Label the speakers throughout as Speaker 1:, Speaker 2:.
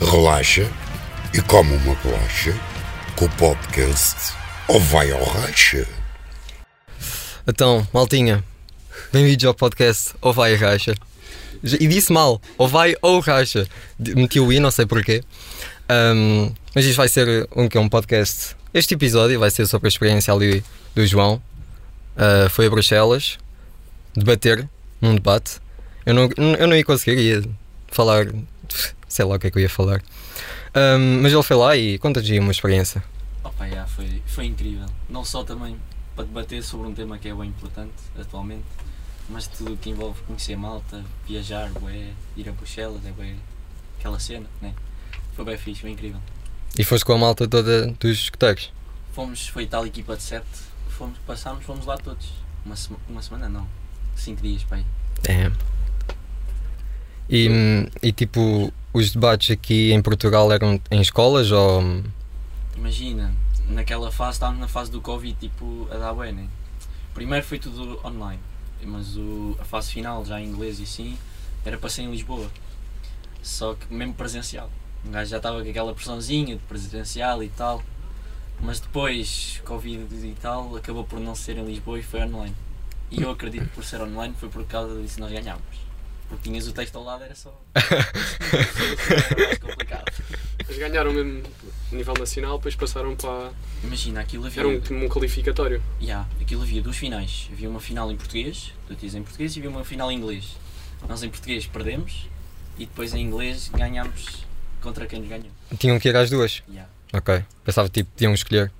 Speaker 1: relaxa e come uma bolacha com o podcast ou vai ao racha.
Speaker 2: Então, maltinha, bem-vindos ao podcast Ou Vai ou Racha. E disse mal, ou vai ou racha. De- Meti o i, não sei porquê. Ahm, mas isto vai ser um, que é um podcast. Este episódio vai ser sobre a experiência ali do João. Ah, foi a Bruxelas debater num debate. Eu não, eu não ia conseguir, ia falar, sei lá o que é que eu ia falar. Ahm, mas ele foi lá e conta-nos aí uma experiência.
Speaker 3: Opa, já, foi, foi incrível. Não só também para debater sobre um tema que é bem importante atualmente, mas tudo o que envolve conhecer malta, viajar, bué, ir a Bruxelas, é bué, aquela cena, né? Foi bem fixe, foi incrível.
Speaker 2: E foste com a malta toda dos escuteiros.
Speaker 3: Fomos, foi tal equipa de sete, fomos, passámos, fomos lá todos. Uma, sema- uma semana não, cinco dias, pai.
Speaker 2: Damn. É. E, hum, e tipo, os debates aqui em Portugal eram em escolas ou. hum,
Speaker 3: Imagina, naquela fase, estávamos na fase do Covid, tipo, a dar bué, né? Primeiro foi tudo online, mas o, a fase final, já em inglês e sim, era para ser em Lisboa. Só que mesmo presencial. Um gajo já estava com aquela pressãozinha de presencial e tal. Mas depois, Covid e tal, acabou por não ser em Lisboa e foi online. E eu acredito que por ser online foi por causa disso que nós ganhámos. Porque tinhas o texto ao lado, era só. era mais complicado.
Speaker 4: Eles ganharam mesmo a nível nacional, depois passaram para.
Speaker 3: Imagina, aquilo havia.
Speaker 4: Era um, um qualificatório.
Speaker 3: Ya, aquilo havia duas finais. Havia uma final em português, tu diz em português, e havia uma final em inglês. Nós em português perdemos e depois em inglês ganhámos contra quem nos ganhou.
Speaker 2: Tinham que ir às duas?
Speaker 3: Ya.
Speaker 2: Ok. Pensava tipo, podiam escolher.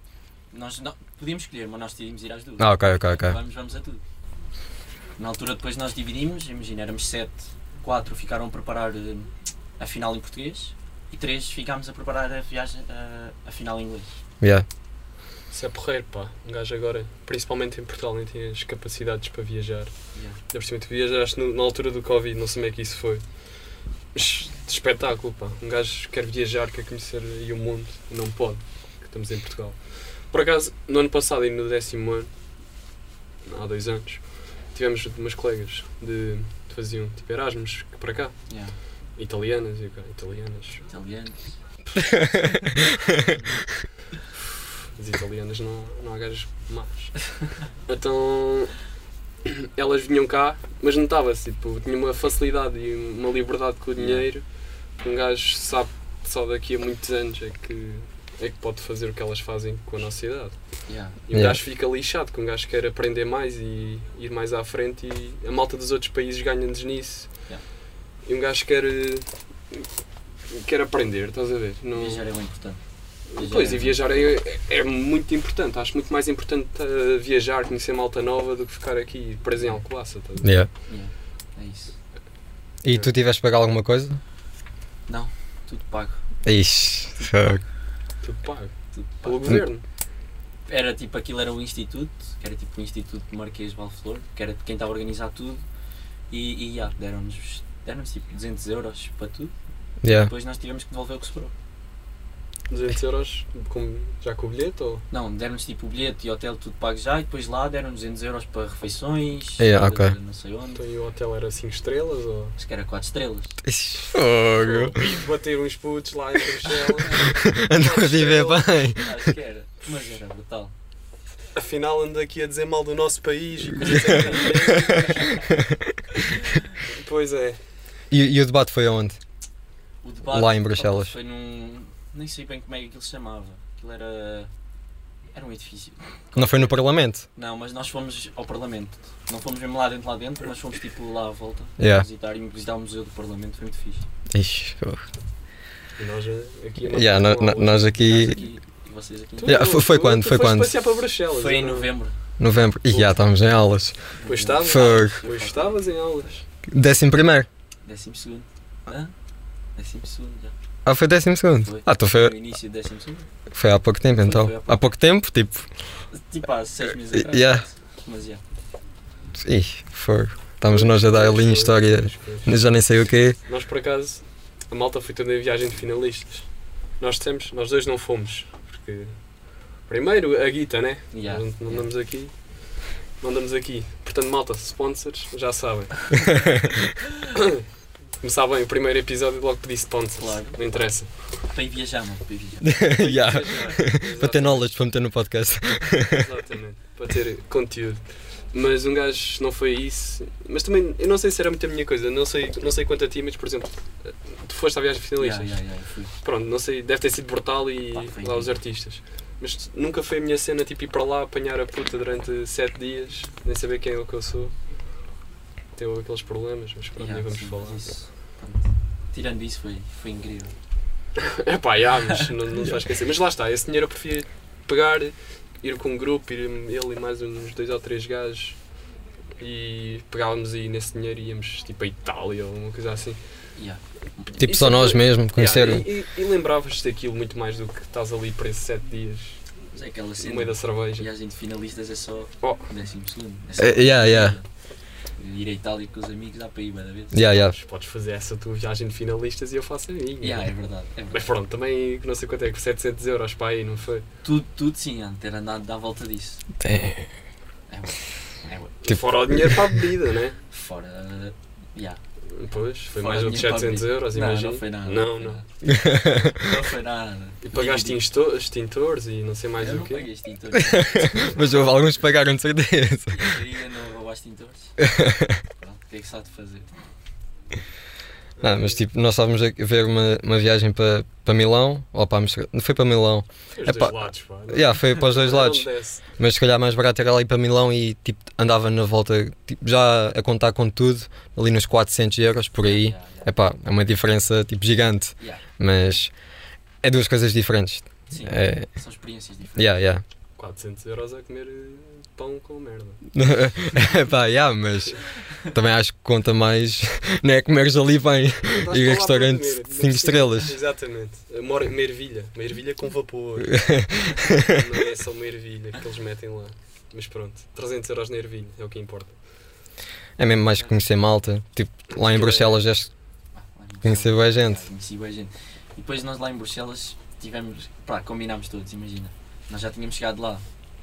Speaker 3: Nós não, podíamos escolher, mas nós decidimos ir às duas.
Speaker 2: Ah, ok, ok, ok.
Speaker 3: Vamos, vamos a tudo. Na altura depois nós dividimos, imagina, éramos sete, quatro ficaram a preparar eh, a final em português e três ficámos a preparar a viagem, eh, a final em inglês.
Speaker 2: Yeah.
Speaker 4: Isso é porreiro, pá. Um gajo agora, principalmente em Portugal, nem tinha as capacidades para viajar.
Speaker 3: Yeah.
Speaker 4: Ainda por cima, tu viajaste no- na altura do Covid, não sei como é que isso foi. Mas espetáculo, pá. Um gajo quer viajar, quer conhecer aí o mundo e não pode, que estamos em Portugal. Por acaso, no ano passado e no décimo ano, há dois anos, tivemos umas colegas de, que faziam tipo Erasmus para cá,
Speaker 3: Yeah.
Speaker 4: italianas e o quê? italianas.
Speaker 3: Italiano.
Speaker 4: As italianas não, não há gajas más. Então elas vinham cá, mas notava-se, tipo, tinha uma facilidade e uma liberdade com o dinheiro. que Um gajo sabe só daqui a muitos anos é que, é que pode fazer o que elas fazem com a nossa idade.
Speaker 3: Yeah.
Speaker 4: E um
Speaker 2: Yeah.
Speaker 4: gajo fica lixado, que um gajo quer aprender mais e ir mais à frente e a malta dos outros países ganha-nos nisso.
Speaker 3: Yeah.
Speaker 4: E um gajo quer. eh, quer aprender, estás a ver? Não-
Speaker 3: Viajar é bem importante. Viajar
Speaker 4: Pois,
Speaker 3: é
Speaker 4: e viajar é, é muito importante. Acho muito mais importante uh, viajar, conhecer malta nova, do que ficar aqui preso em Alcoaça. Tá? a ver?
Speaker 2: Yeah.
Speaker 3: É isso.
Speaker 2: E tu tiveste de pagar alguma coisa?
Speaker 3: Tudo pago.
Speaker 2: Ixi. fuck.
Speaker 4: Tudo pago.
Speaker 3: Tudo
Speaker 4: Tipo,
Speaker 3: pago.
Speaker 4: Pelo governo.
Speaker 3: Era tipo, aquilo era um instituto, que era tipo o Instituto Marquês de Valflor, que era de quem estava a organizar tudo. E, e já, deram-nos deram tipo 200 euros para tudo.
Speaker 2: Yeah.
Speaker 3: Depois nós tivemos que devolver o que sobrou.
Speaker 4: 200 euros com- já com o bilhete? Ou?
Speaker 3: Não, deram-nos tipo o bilhete e hotel tudo pago já. E depois lá deram-nos 200 euros para refeições,
Speaker 2: É,
Speaker 3: para
Speaker 2: ok.
Speaker 3: não sei onde.
Speaker 4: Então e o hotel era 5 estrelas? Ou?
Speaker 3: Acho que era 4 estrelas.
Speaker 2: Ixi. Fogo.
Speaker 4: E bater uns putos lá em Bruxelas.
Speaker 2: Não viver bem.
Speaker 3: Acho que era, mas era brutal.
Speaker 4: Afinal, ando aqui a dizer mal do nosso país. E coisas assim. pois é.
Speaker 2: E, e o debate foi aonde?
Speaker 3: O debate
Speaker 2: Lá em
Speaker 3: opa,
Speaker 2: Bruxelas.
Speaker 3: Foi num. Nem sei bem como é que aquilo se chamava. Aquilo era. Era um edifício.
Speaker 2: Não foi no Parlamento?
Speaker 3: Não, mas nós fomos ao Parlamento. Não fomos mesmo lá dentro, lá dentro, mas fomos tipo lá à volta
Speaker 2: Yeah.
Speaker 3: visitar e visitar o Museu do Parlamento, foi muito fixe.
Speaker 2: Ixi. fogo.
Speaker 4: E nós uh, aqui a matar
Speaker 2: Yeah, no-
Speaker 4: um ao
Speaker 2: no- nós
Speaker 3: Nós
Speaker 2: aqui.
Speaker 3: aqui e vocês aqui.
Speaker 4: outro.
Speaker 2: Yeah, foi- foi
Speaker 4: Tu-
Speaker 2: quando?
Speaker 4: tu
Speaker 2: Foi
Speaker 4: foste
Speaker 2: quando?
Speaker 4: passear para Bruxelas.
Speaker 3: Foi em
Speaker 4: eu não- é?
Speaker 3: novembro.
Speaker 2: Novembro. E já estávamos em aulas.
Speaker 4: Pois estava.
Speaker 2: Fogo.
Speaker 4: Pois estavas em aulas.
Speaker 2: Décimo primeiro.
Speaker 3: Décimo segundo. Hã? Décimo segundo já.
Speaker 2: Ah, foi décimo segundo.
Speaker 3: Foi.
Speaker 2: Ah, então
Speaker 3: Foi
Speaker 2: foi,
Speaker 3: o início do décimo segundo.
Speaker 2: foi há pouco tempo
Speaker 3: Foi,
Speaker 2: então.
Speaker 3: foi há pouco.
Speaker 2: Há pouco tempo, tipo.
Speaker 3: Tipo há seis meses atrás.
Speaker 2: eh, Yeah.
Speaker 3: Mas yeah.
Speaker 2: Ih, fogo. Estamos nós a dar ali em história, já nem sei o quê.
Speaker 4: Nós, por acaso, a malta foi toda em viagem de finalistas. Nós dissemos, nós dois não fomos. Porque, primeiro, a guita, né?
Speaker 3: Yeah.
Speaker 4: Nós não andamos aqui. Não andamos aqui. Portanto, malta, sponsors, já sabem. começar bem o primeiro episódio e logo pedi sponsors.
Speaker 3: Claro.
Speaker 4: Não interessa.
Speaker 3: Para ir viajar, mano, para ir viajar.
Speaker 4: Então,
Speaker 2: yeah. Para ter
Speaker 4: Exatamente.
Speaker 2: knowledge, para meter no podcast.
Speaker 4: Exatamente, para ter conteúdo. Mas um gajo não foi isso. Mas também, eu não sei se era muito a minha coisa, não sei, não sei quanto a ti, mas por exemplo, tu foste à viagem finalista.
Speaker 3: Yeah, yeah, yeah, eu fui.
Speaker 4: Pronto, não sei, deve ter sido brutal e
Speaker 3: Pá, foi
Speaker 4: lá os
Speaker 3: incrível.
Speaker 4: artistas. Mas nunca foi a minha cena tipo ir para lá apanhar a puta durante sete dias, nem saber quem é o que eu sou. Teve aqueles problemas, mas pronto,
Speaker 3: Yeah,
Speaker 4: nem é vamos
Speaker 3: sim,
Speaker 4: falar.
Speaker 3: mas isso, pronto. Tirando isso, foi, foi incrível.
Speaker 4: É pá, já, mas não, não se vai esquecer. Mas lá está, esse dinheiro eu preferia pegar, ir com um grupo, ir ele e mais uns dois ou três gajos e pegávamos aí nesse dinheiro e íamos tipo a Itália ou uma coisa assim.
Speaker 3: Yeah.
Speaker 2: Tipo,
Speaker 4: Isso
Speaker 2: só
Speaker 4: é
Speaker 2: nós
Speaker 4: que-
Speaker 2: mesmo, conhecer. um-
Speaker 4: Yeah, e e, e levas te daquilo muito mais do que estás ali preso sete dias
Speaker 3: Mas é aquela
Speaker 4: no
Speaker 3: cena.
Speaker 4: meio da cerveja.
Speaker 3: Viagem de finalistas é só
Speaker 4: Oh.
Speaker 3: décimo segundo. É
Speaker 2: Eh, yeah, yeah.
Speaker 3: Ir a Itália com os amigos dá para ir, bué da vez.
Speaker 2: Yeah, yeah.
Speaker 4: Mas Podes fazer essa tua viagem de finalistas e eu faço a minha.
Speaker 3: Yeah, é verdade. É
Speaker 4: Mas
Speaker 3: verdade.
Speaker 4: pronto, também não sei quanto é que 700 euros para aí, não foi?
Speaker 3: Tudo, tudo sim, Ana, ter andado à volta disso. É bué. É bué.
Speaker 2: Tipo-
Speaker 4: Fora o dinheiro para a bebida, né?
Speaker 3: Fora. Yeah.
Speaker 4: Pois, foi
Speaker 3: Fora
Speaker 4: mais
Speaker 3: o
Speaker 4: outros
Speaker 3: dinheiro para a
Speaker 4: 700 euros,
Speaker 3: não,
Speaker 4: imagina.
Speaker 3: não foi nada.
Speaker 4: Não,
Speaker 3: foi
Speaker 4: não.
Speaker 3: nada. Não foi nada.
Speaker 4: E pagaste
Speaker 3: Dividido.
Speaker 4: extinto- extintores e não sei mais
Speaker 3: Eu
Speaker 4: o
Speaker 3: não
Speaker 4: quê.
Speaker 3: paguei extintor.
Speaker 2: Mas houve alguns que pagaram de certeza.
Speaker 3: Ainda não roubaste extintores. Pronto, o que é que se há de fazer?
Speaker 2: Não, mas tipo, nós estávamos a ver uma, uma viagem para, para Milão, ou para Amsterdã, não foi para Milão,
Speaker 4: Os
Speaker 2: Epá,
Speaker 4: dois lados, pá. um Não-
Speaker 2: yeah, foi para os dois
Speaker 4: não
Speaker 2: lados,
Speaker 4: desce.
Speaker 2: mas se calhar mais barato era ali para Milão e tipo, andava na volta, tipo, já a contar com tudo, ali nos 400 euros, por aí,
Speaker 3: Yeah, yeah.
Speaker 2: é é uma diferença tipo gigante,
Speaker 3: Yeah.
Speaker 2: mas é duas coisas diferentes,
Speaker 3: Sim,
Speaker 2: é,
Speaker 3: são experiências diferentes.
Speaker 2: yeah, yeah,
Speaker 4: 400 euros a comer eh, pão com merda.
Speaker 2: Epá, yeah, mas também acho que conta mais, não é comeres ali bem,
Speaker 4: Estás
Speaker 2: e
Speaker 4: para lá
Speaker 2: restaurante
Speaker 4: para comer,
Speaker 2: 5 estrelas,
Speaker 4: Exatamente. Uma, hora- uma ervilha. Uma ervilha com vapor. não é só uma ervilha que eles metem lá. Mas pronto, 300 euros na ervilha é o que importa.
Speaker 2: é mesmo mais que conhecer malta, tipo, lá
Speaker 3: é-
Speaker 2: em Bruxelas já
Speaker 3: Lá em
Speaker 2: conhecer bem a gente.
Speaker 3: Yeah, Conheci bem gente. E depois nós lá em Bruxelas tivemos, pá, combinámos todos, imagina. Nós já tínhamos chegado lá.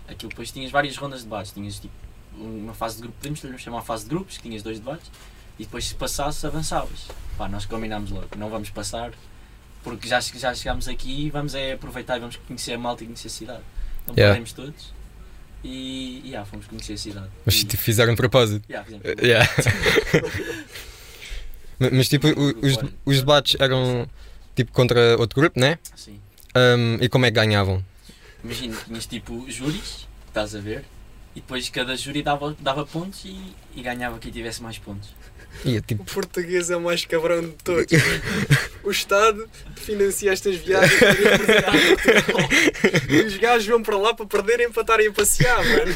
Speaker 3: Aquilo depois tinhas várias rondas de debates, tinhas tipo uma fase de grupo, podemos chamar fase de grupos, que tinhas dois debates, e depois se passasse avançavas. Pá, nós combinámos logo, não vamos passar, porque já, che- já chegámos aqui e vamos é aproveitar e vamos conhecer a malta e conhecer a cidade. Então
Speaker 2: Yeah.
Speaker 3: paremos todos e, e ah, fomos conhecer a cidade.
Speaker 2: Mas
Speaker 3: E-
Speaker 2: tipo, fizeram de propósito.
Speaker 3: yeah, fizemos-
Speaker 2: Eh, yeah. Ma- Mas tipo, o- os, os debates eram tipo contra outro grupo, né?
Speaker 3: Sim.
Speaker 2: Ahm, e como é que ganhavam?
Speaker 3: Imagina, tinhas tipo júris, estás a ver, e depois cada júri dava, dava pontos e, e ganhava quem tivesse mais pontos.
Speaker 2: E eu, tipo,
Speaker 4: O português é o mais cabrão de todos. o Estado financia estas viagens para representar Portugal. E os gajos vão para lá para perderem para estarem a passear, mano.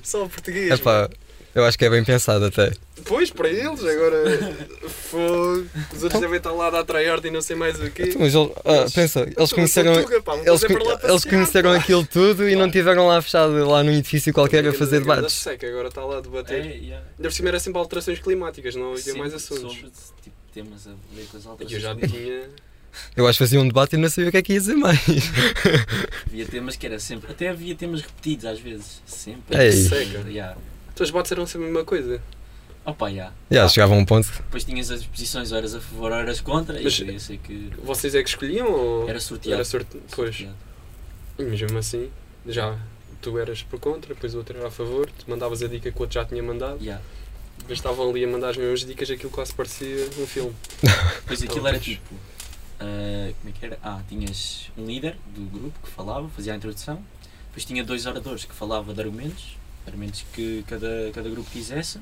Speaker 4: Só o português. mano.
Speaker 2: epá, eu acho que é bem pensado até.
Speaker 4: Pois, para eles, agora. Fogo. Os outros devem estar lá a dar tryhard e não sei mais o quê.
Speaker 2: Então, Mas ele- ah,
Speaker 4: Eles-
Speaker 2: pensa,
Speaker 3: Então,
Speaker 2: eles
Speaker 4: Sou
Speaker 2: conheceram,
Speaker 4: Tuga, pá, vamos
Speaker 2: eles,
Speaker 4: fazer
Speaker 2: con-
Speaker 4: é para lá
Speaker 2: eles
Speaker 4: passear,
Speaker 2: conheceram
Speaker 4: pá.
Speaker 2: aquilo tudo e não tiveram lá fechado, lá num edifício qualquer a
Speaker 4: Grande-
Speaker 2: fazer
Speaker 4: grande
Speaker 2: debates.
Speaker 4: seca, agora está lá a debater. Ainda
Speaker 3: É, yeah.
Speaker 4: por cima era sempre alterações climáticas, não havia
Speaker 3: Sempre
Speaker 4: é mais assuntos.
Speaker 3: Sobre tipo, temas a ver com as assim,
Speaker 4: E eu já
Speaker 3: alterações.
Speaker 4: tinha.
Speaker 2: Eu acho que fazia um debate e não sabia o que é que ia dizer mais.
Speaker 3: Havia temas que era sempre, até havia temas repetidos às vezes, sempre.
Speaker 4: É
Speaker 2: Ei.
Speaker 4: Seca.
Speaker 3: Yeah.
Speaker 4: Então, Os teus debates eram sempre a mesma coisa.
Speaker 3: Opa, yeah.
Speaker 2: Já, chegava a um ponto.
Speaker 3: Depois tinhas as posições horas a favor, horas contra,
Speaker 4: Mas-
Speaker 3: e eu sei que
Speaker 4: Vocês é que escolhiam ou.
Speaker 3: era sorteado.
Speaker 4: Era sorte... Pois.
Speaker 3: Sorteado.
Speaker 4: E mesmo assim, já tu eras por contra, depois o outro era a favor, tu mandavas a dica que o outro já tinha mandado,
Speaker 3: Yeah.
Speaker 4: mas estavam ali a mandar as mesmas dicas, aquilo quase parecia um filme.
Speaker 3: Pois aquilo era
Speaker 4: Talvez.
Speaker 3: tipo. ah, como é que era? Ah, tinhas um líder do grupo que falava, fazia a introdução, depois tinha dois oradores que falavam de argumentos, argumentos que cada, cada grupo quisesse.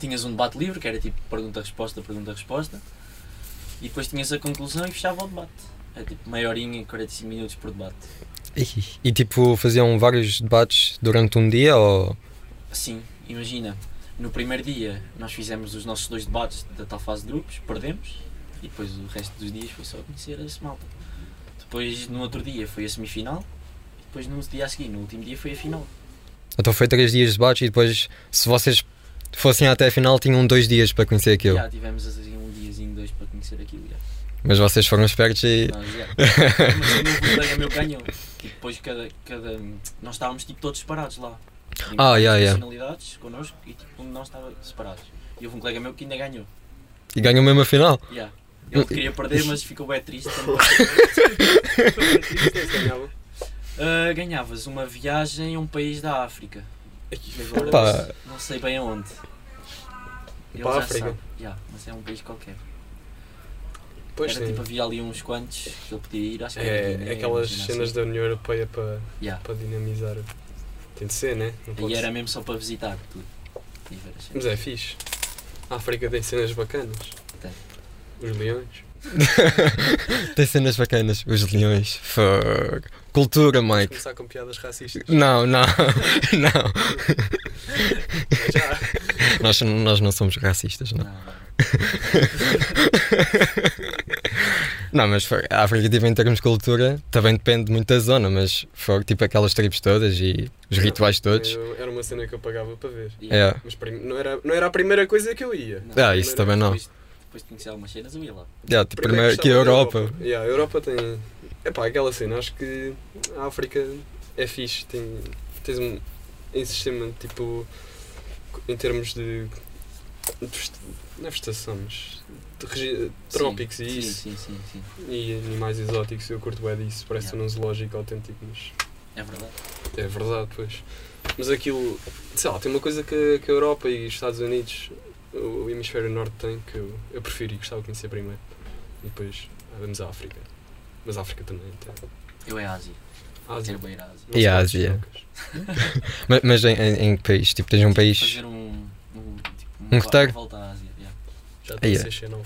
Speaker 3: Tinhas um debate livre, que era tipo pergunta-resposta, pergunta-resposta, e depois tinhas a conclusão e fechava o debate. Era tipo meia horinha, 45 minutos por debate.
Speaker 2: E, e, tipo, faziam vários debates durante um dia ou.
Speaker 3: Sim, imagina, no primeiro dia nós fizemos os nossos dois debates da tal fase de grupos, perdemos, e depois o resto dos dias foi só conhecer a malta. Depois no outro dia foi a semifinal, e depois no dia a seguir, no último dia foi a final.
Speaker 2: Então foi três dias de debates e depois, se vocês fossem até a final, tinham dois dias para conhecer aquilo.
Speaker 3: Já tivemos assim, um diazinho, dois para conhecer aquilo. Já.
Speaker 2: Mas vocês foram espertos e.
Speaker 3: Nós, já. Mas o meu colega meu ganhou. E depois cada, cada. Nós estávamos tipo todos separados lá. Tínhamos
Speaker 2: Ah, já, já.
Speaker 3: personalidades connosco e tipo um de nós estava separados. E houve um colega meu que ainda ganhou.
Speaker 2: E ganham mesmo a final.
Speaker 3: Yeah. Ele queria perder, mas ficou bem triste. quando Uh, ganhavas uma viagem a um país da África. Agora,
Speaker 2: Epá.
Speaker 3: não- Não sei bem aonde. Ele
Speaker 4: Para a
Speaker 3: já
Speaker 4: África?
Speaker 3: sabe. Yeah, mas é um país qualquer.
Speaker 4: Pois
Speaker 3: era
Speaker 4: sim.
Speaker 3: tipo, havia ali uns quantos que ele podia ir, acho que era Guiné,
Speaker 4: É aquelas
Speaker 3: imagina
Speaker 4: cenas
Speaker 3: assim.
Speaker 4: da União Europeia para
Speaker 3: Yeah.
Speaker 4: para dinamizar. Tem de ser, né? Não pode
Speaker 3: E era
Speaker 4: ser.
Speaker 3: mesmo só para visitar tudo. E ver as cenas.
Speaker 4: Mas é fixe. A África tem cenas bacanas.
Speaker 3: Tem.
Speaker 4: Os
Speaker 2: É
Speaker 4: leões.
Speaker 2: Tem cenas bacanas. Os leões. Fuck. Cultura,
Speaker 4: Vamos
Speaker 2: Mike.
Speaker 4: começar com piadas racistas.
Speaker 2: Não, não, não.
Speaker 4: Já.
Speaker 2: Nós, nós não somos racistas, não.
Speaker 3: Não, não.
Speaker 2: Não, mas fuck, a África, tipo, em termos de cultura, também depende muito da zona, mas fuck, tipo aquelas tribos todas e os
Speaker 4: Não,
Speaker 2: rituais todos.
Speaker 4: Eu- Era uma cena que eu pagava para ver.
Speaker 3: Yeah.
Speaker 2: É.
Speaker 4: Mas prim- não era, não era a primeira coisa que eu ia.
Speaker 3: Não.
Speaker 2: Ah, isso também não.
Speaker 3: Depois, depois de conhecer algumas cenas, eu ia lá.
Speaker 2: Yeah, tipo, primeiro que a
Speaker 4: gostava da
Speaker 2: Europa.
Speaker 4: Yeah, a é Europa tem. É pá, aquela cena. Acho que a África é fixe. Tem, tens um, um sistema tipo. Em termos de. de vest- não é vegetação, mas. de regi- trópicos
Speaker 3: sim,
Speaker 4: e isso.
Speaker 3: Sim, sim, sim, sim.
Speaker 4: E animais exóticos. Eu curto bem disso. Parece
Speaker 3: Yeah.
Speaker 4: um zoológico autêntico, mas.
Speaker 3: É verdade.
Speaker 4: É verdade, pois. Mas aquilo. Sei lá, tem uma coisa que, que a Europa e os Estados Unidos, o hemisfério norte, tem que eu, eu prefiro e gostava de conhecer primeiro. E depois ah, vamos à África. Mas a África também tem.
Speaker 3: Eu é Ásia.
Speaker 4: A Ásia.
Speaker 3: Eu quero ir à Ásia.
Speaker 4: Não se
Speaker 2: E a
Speaker 4: pode
Speaker 2: Ásia?
Speaker 4: deslocar.
Speaker 2: Mas, mas em, em, em que país? Tipo, tens um país.
Speaker 3: Fazer um. Um, tipo,
Speaker 2: Um roteiro?
Speaker 3: volta à Ásia. Yeah.
Speaker 4: Já
Speaker 2: Aí
Speaker 4: tem
Speaker 2: é.
Speaker 4: 69.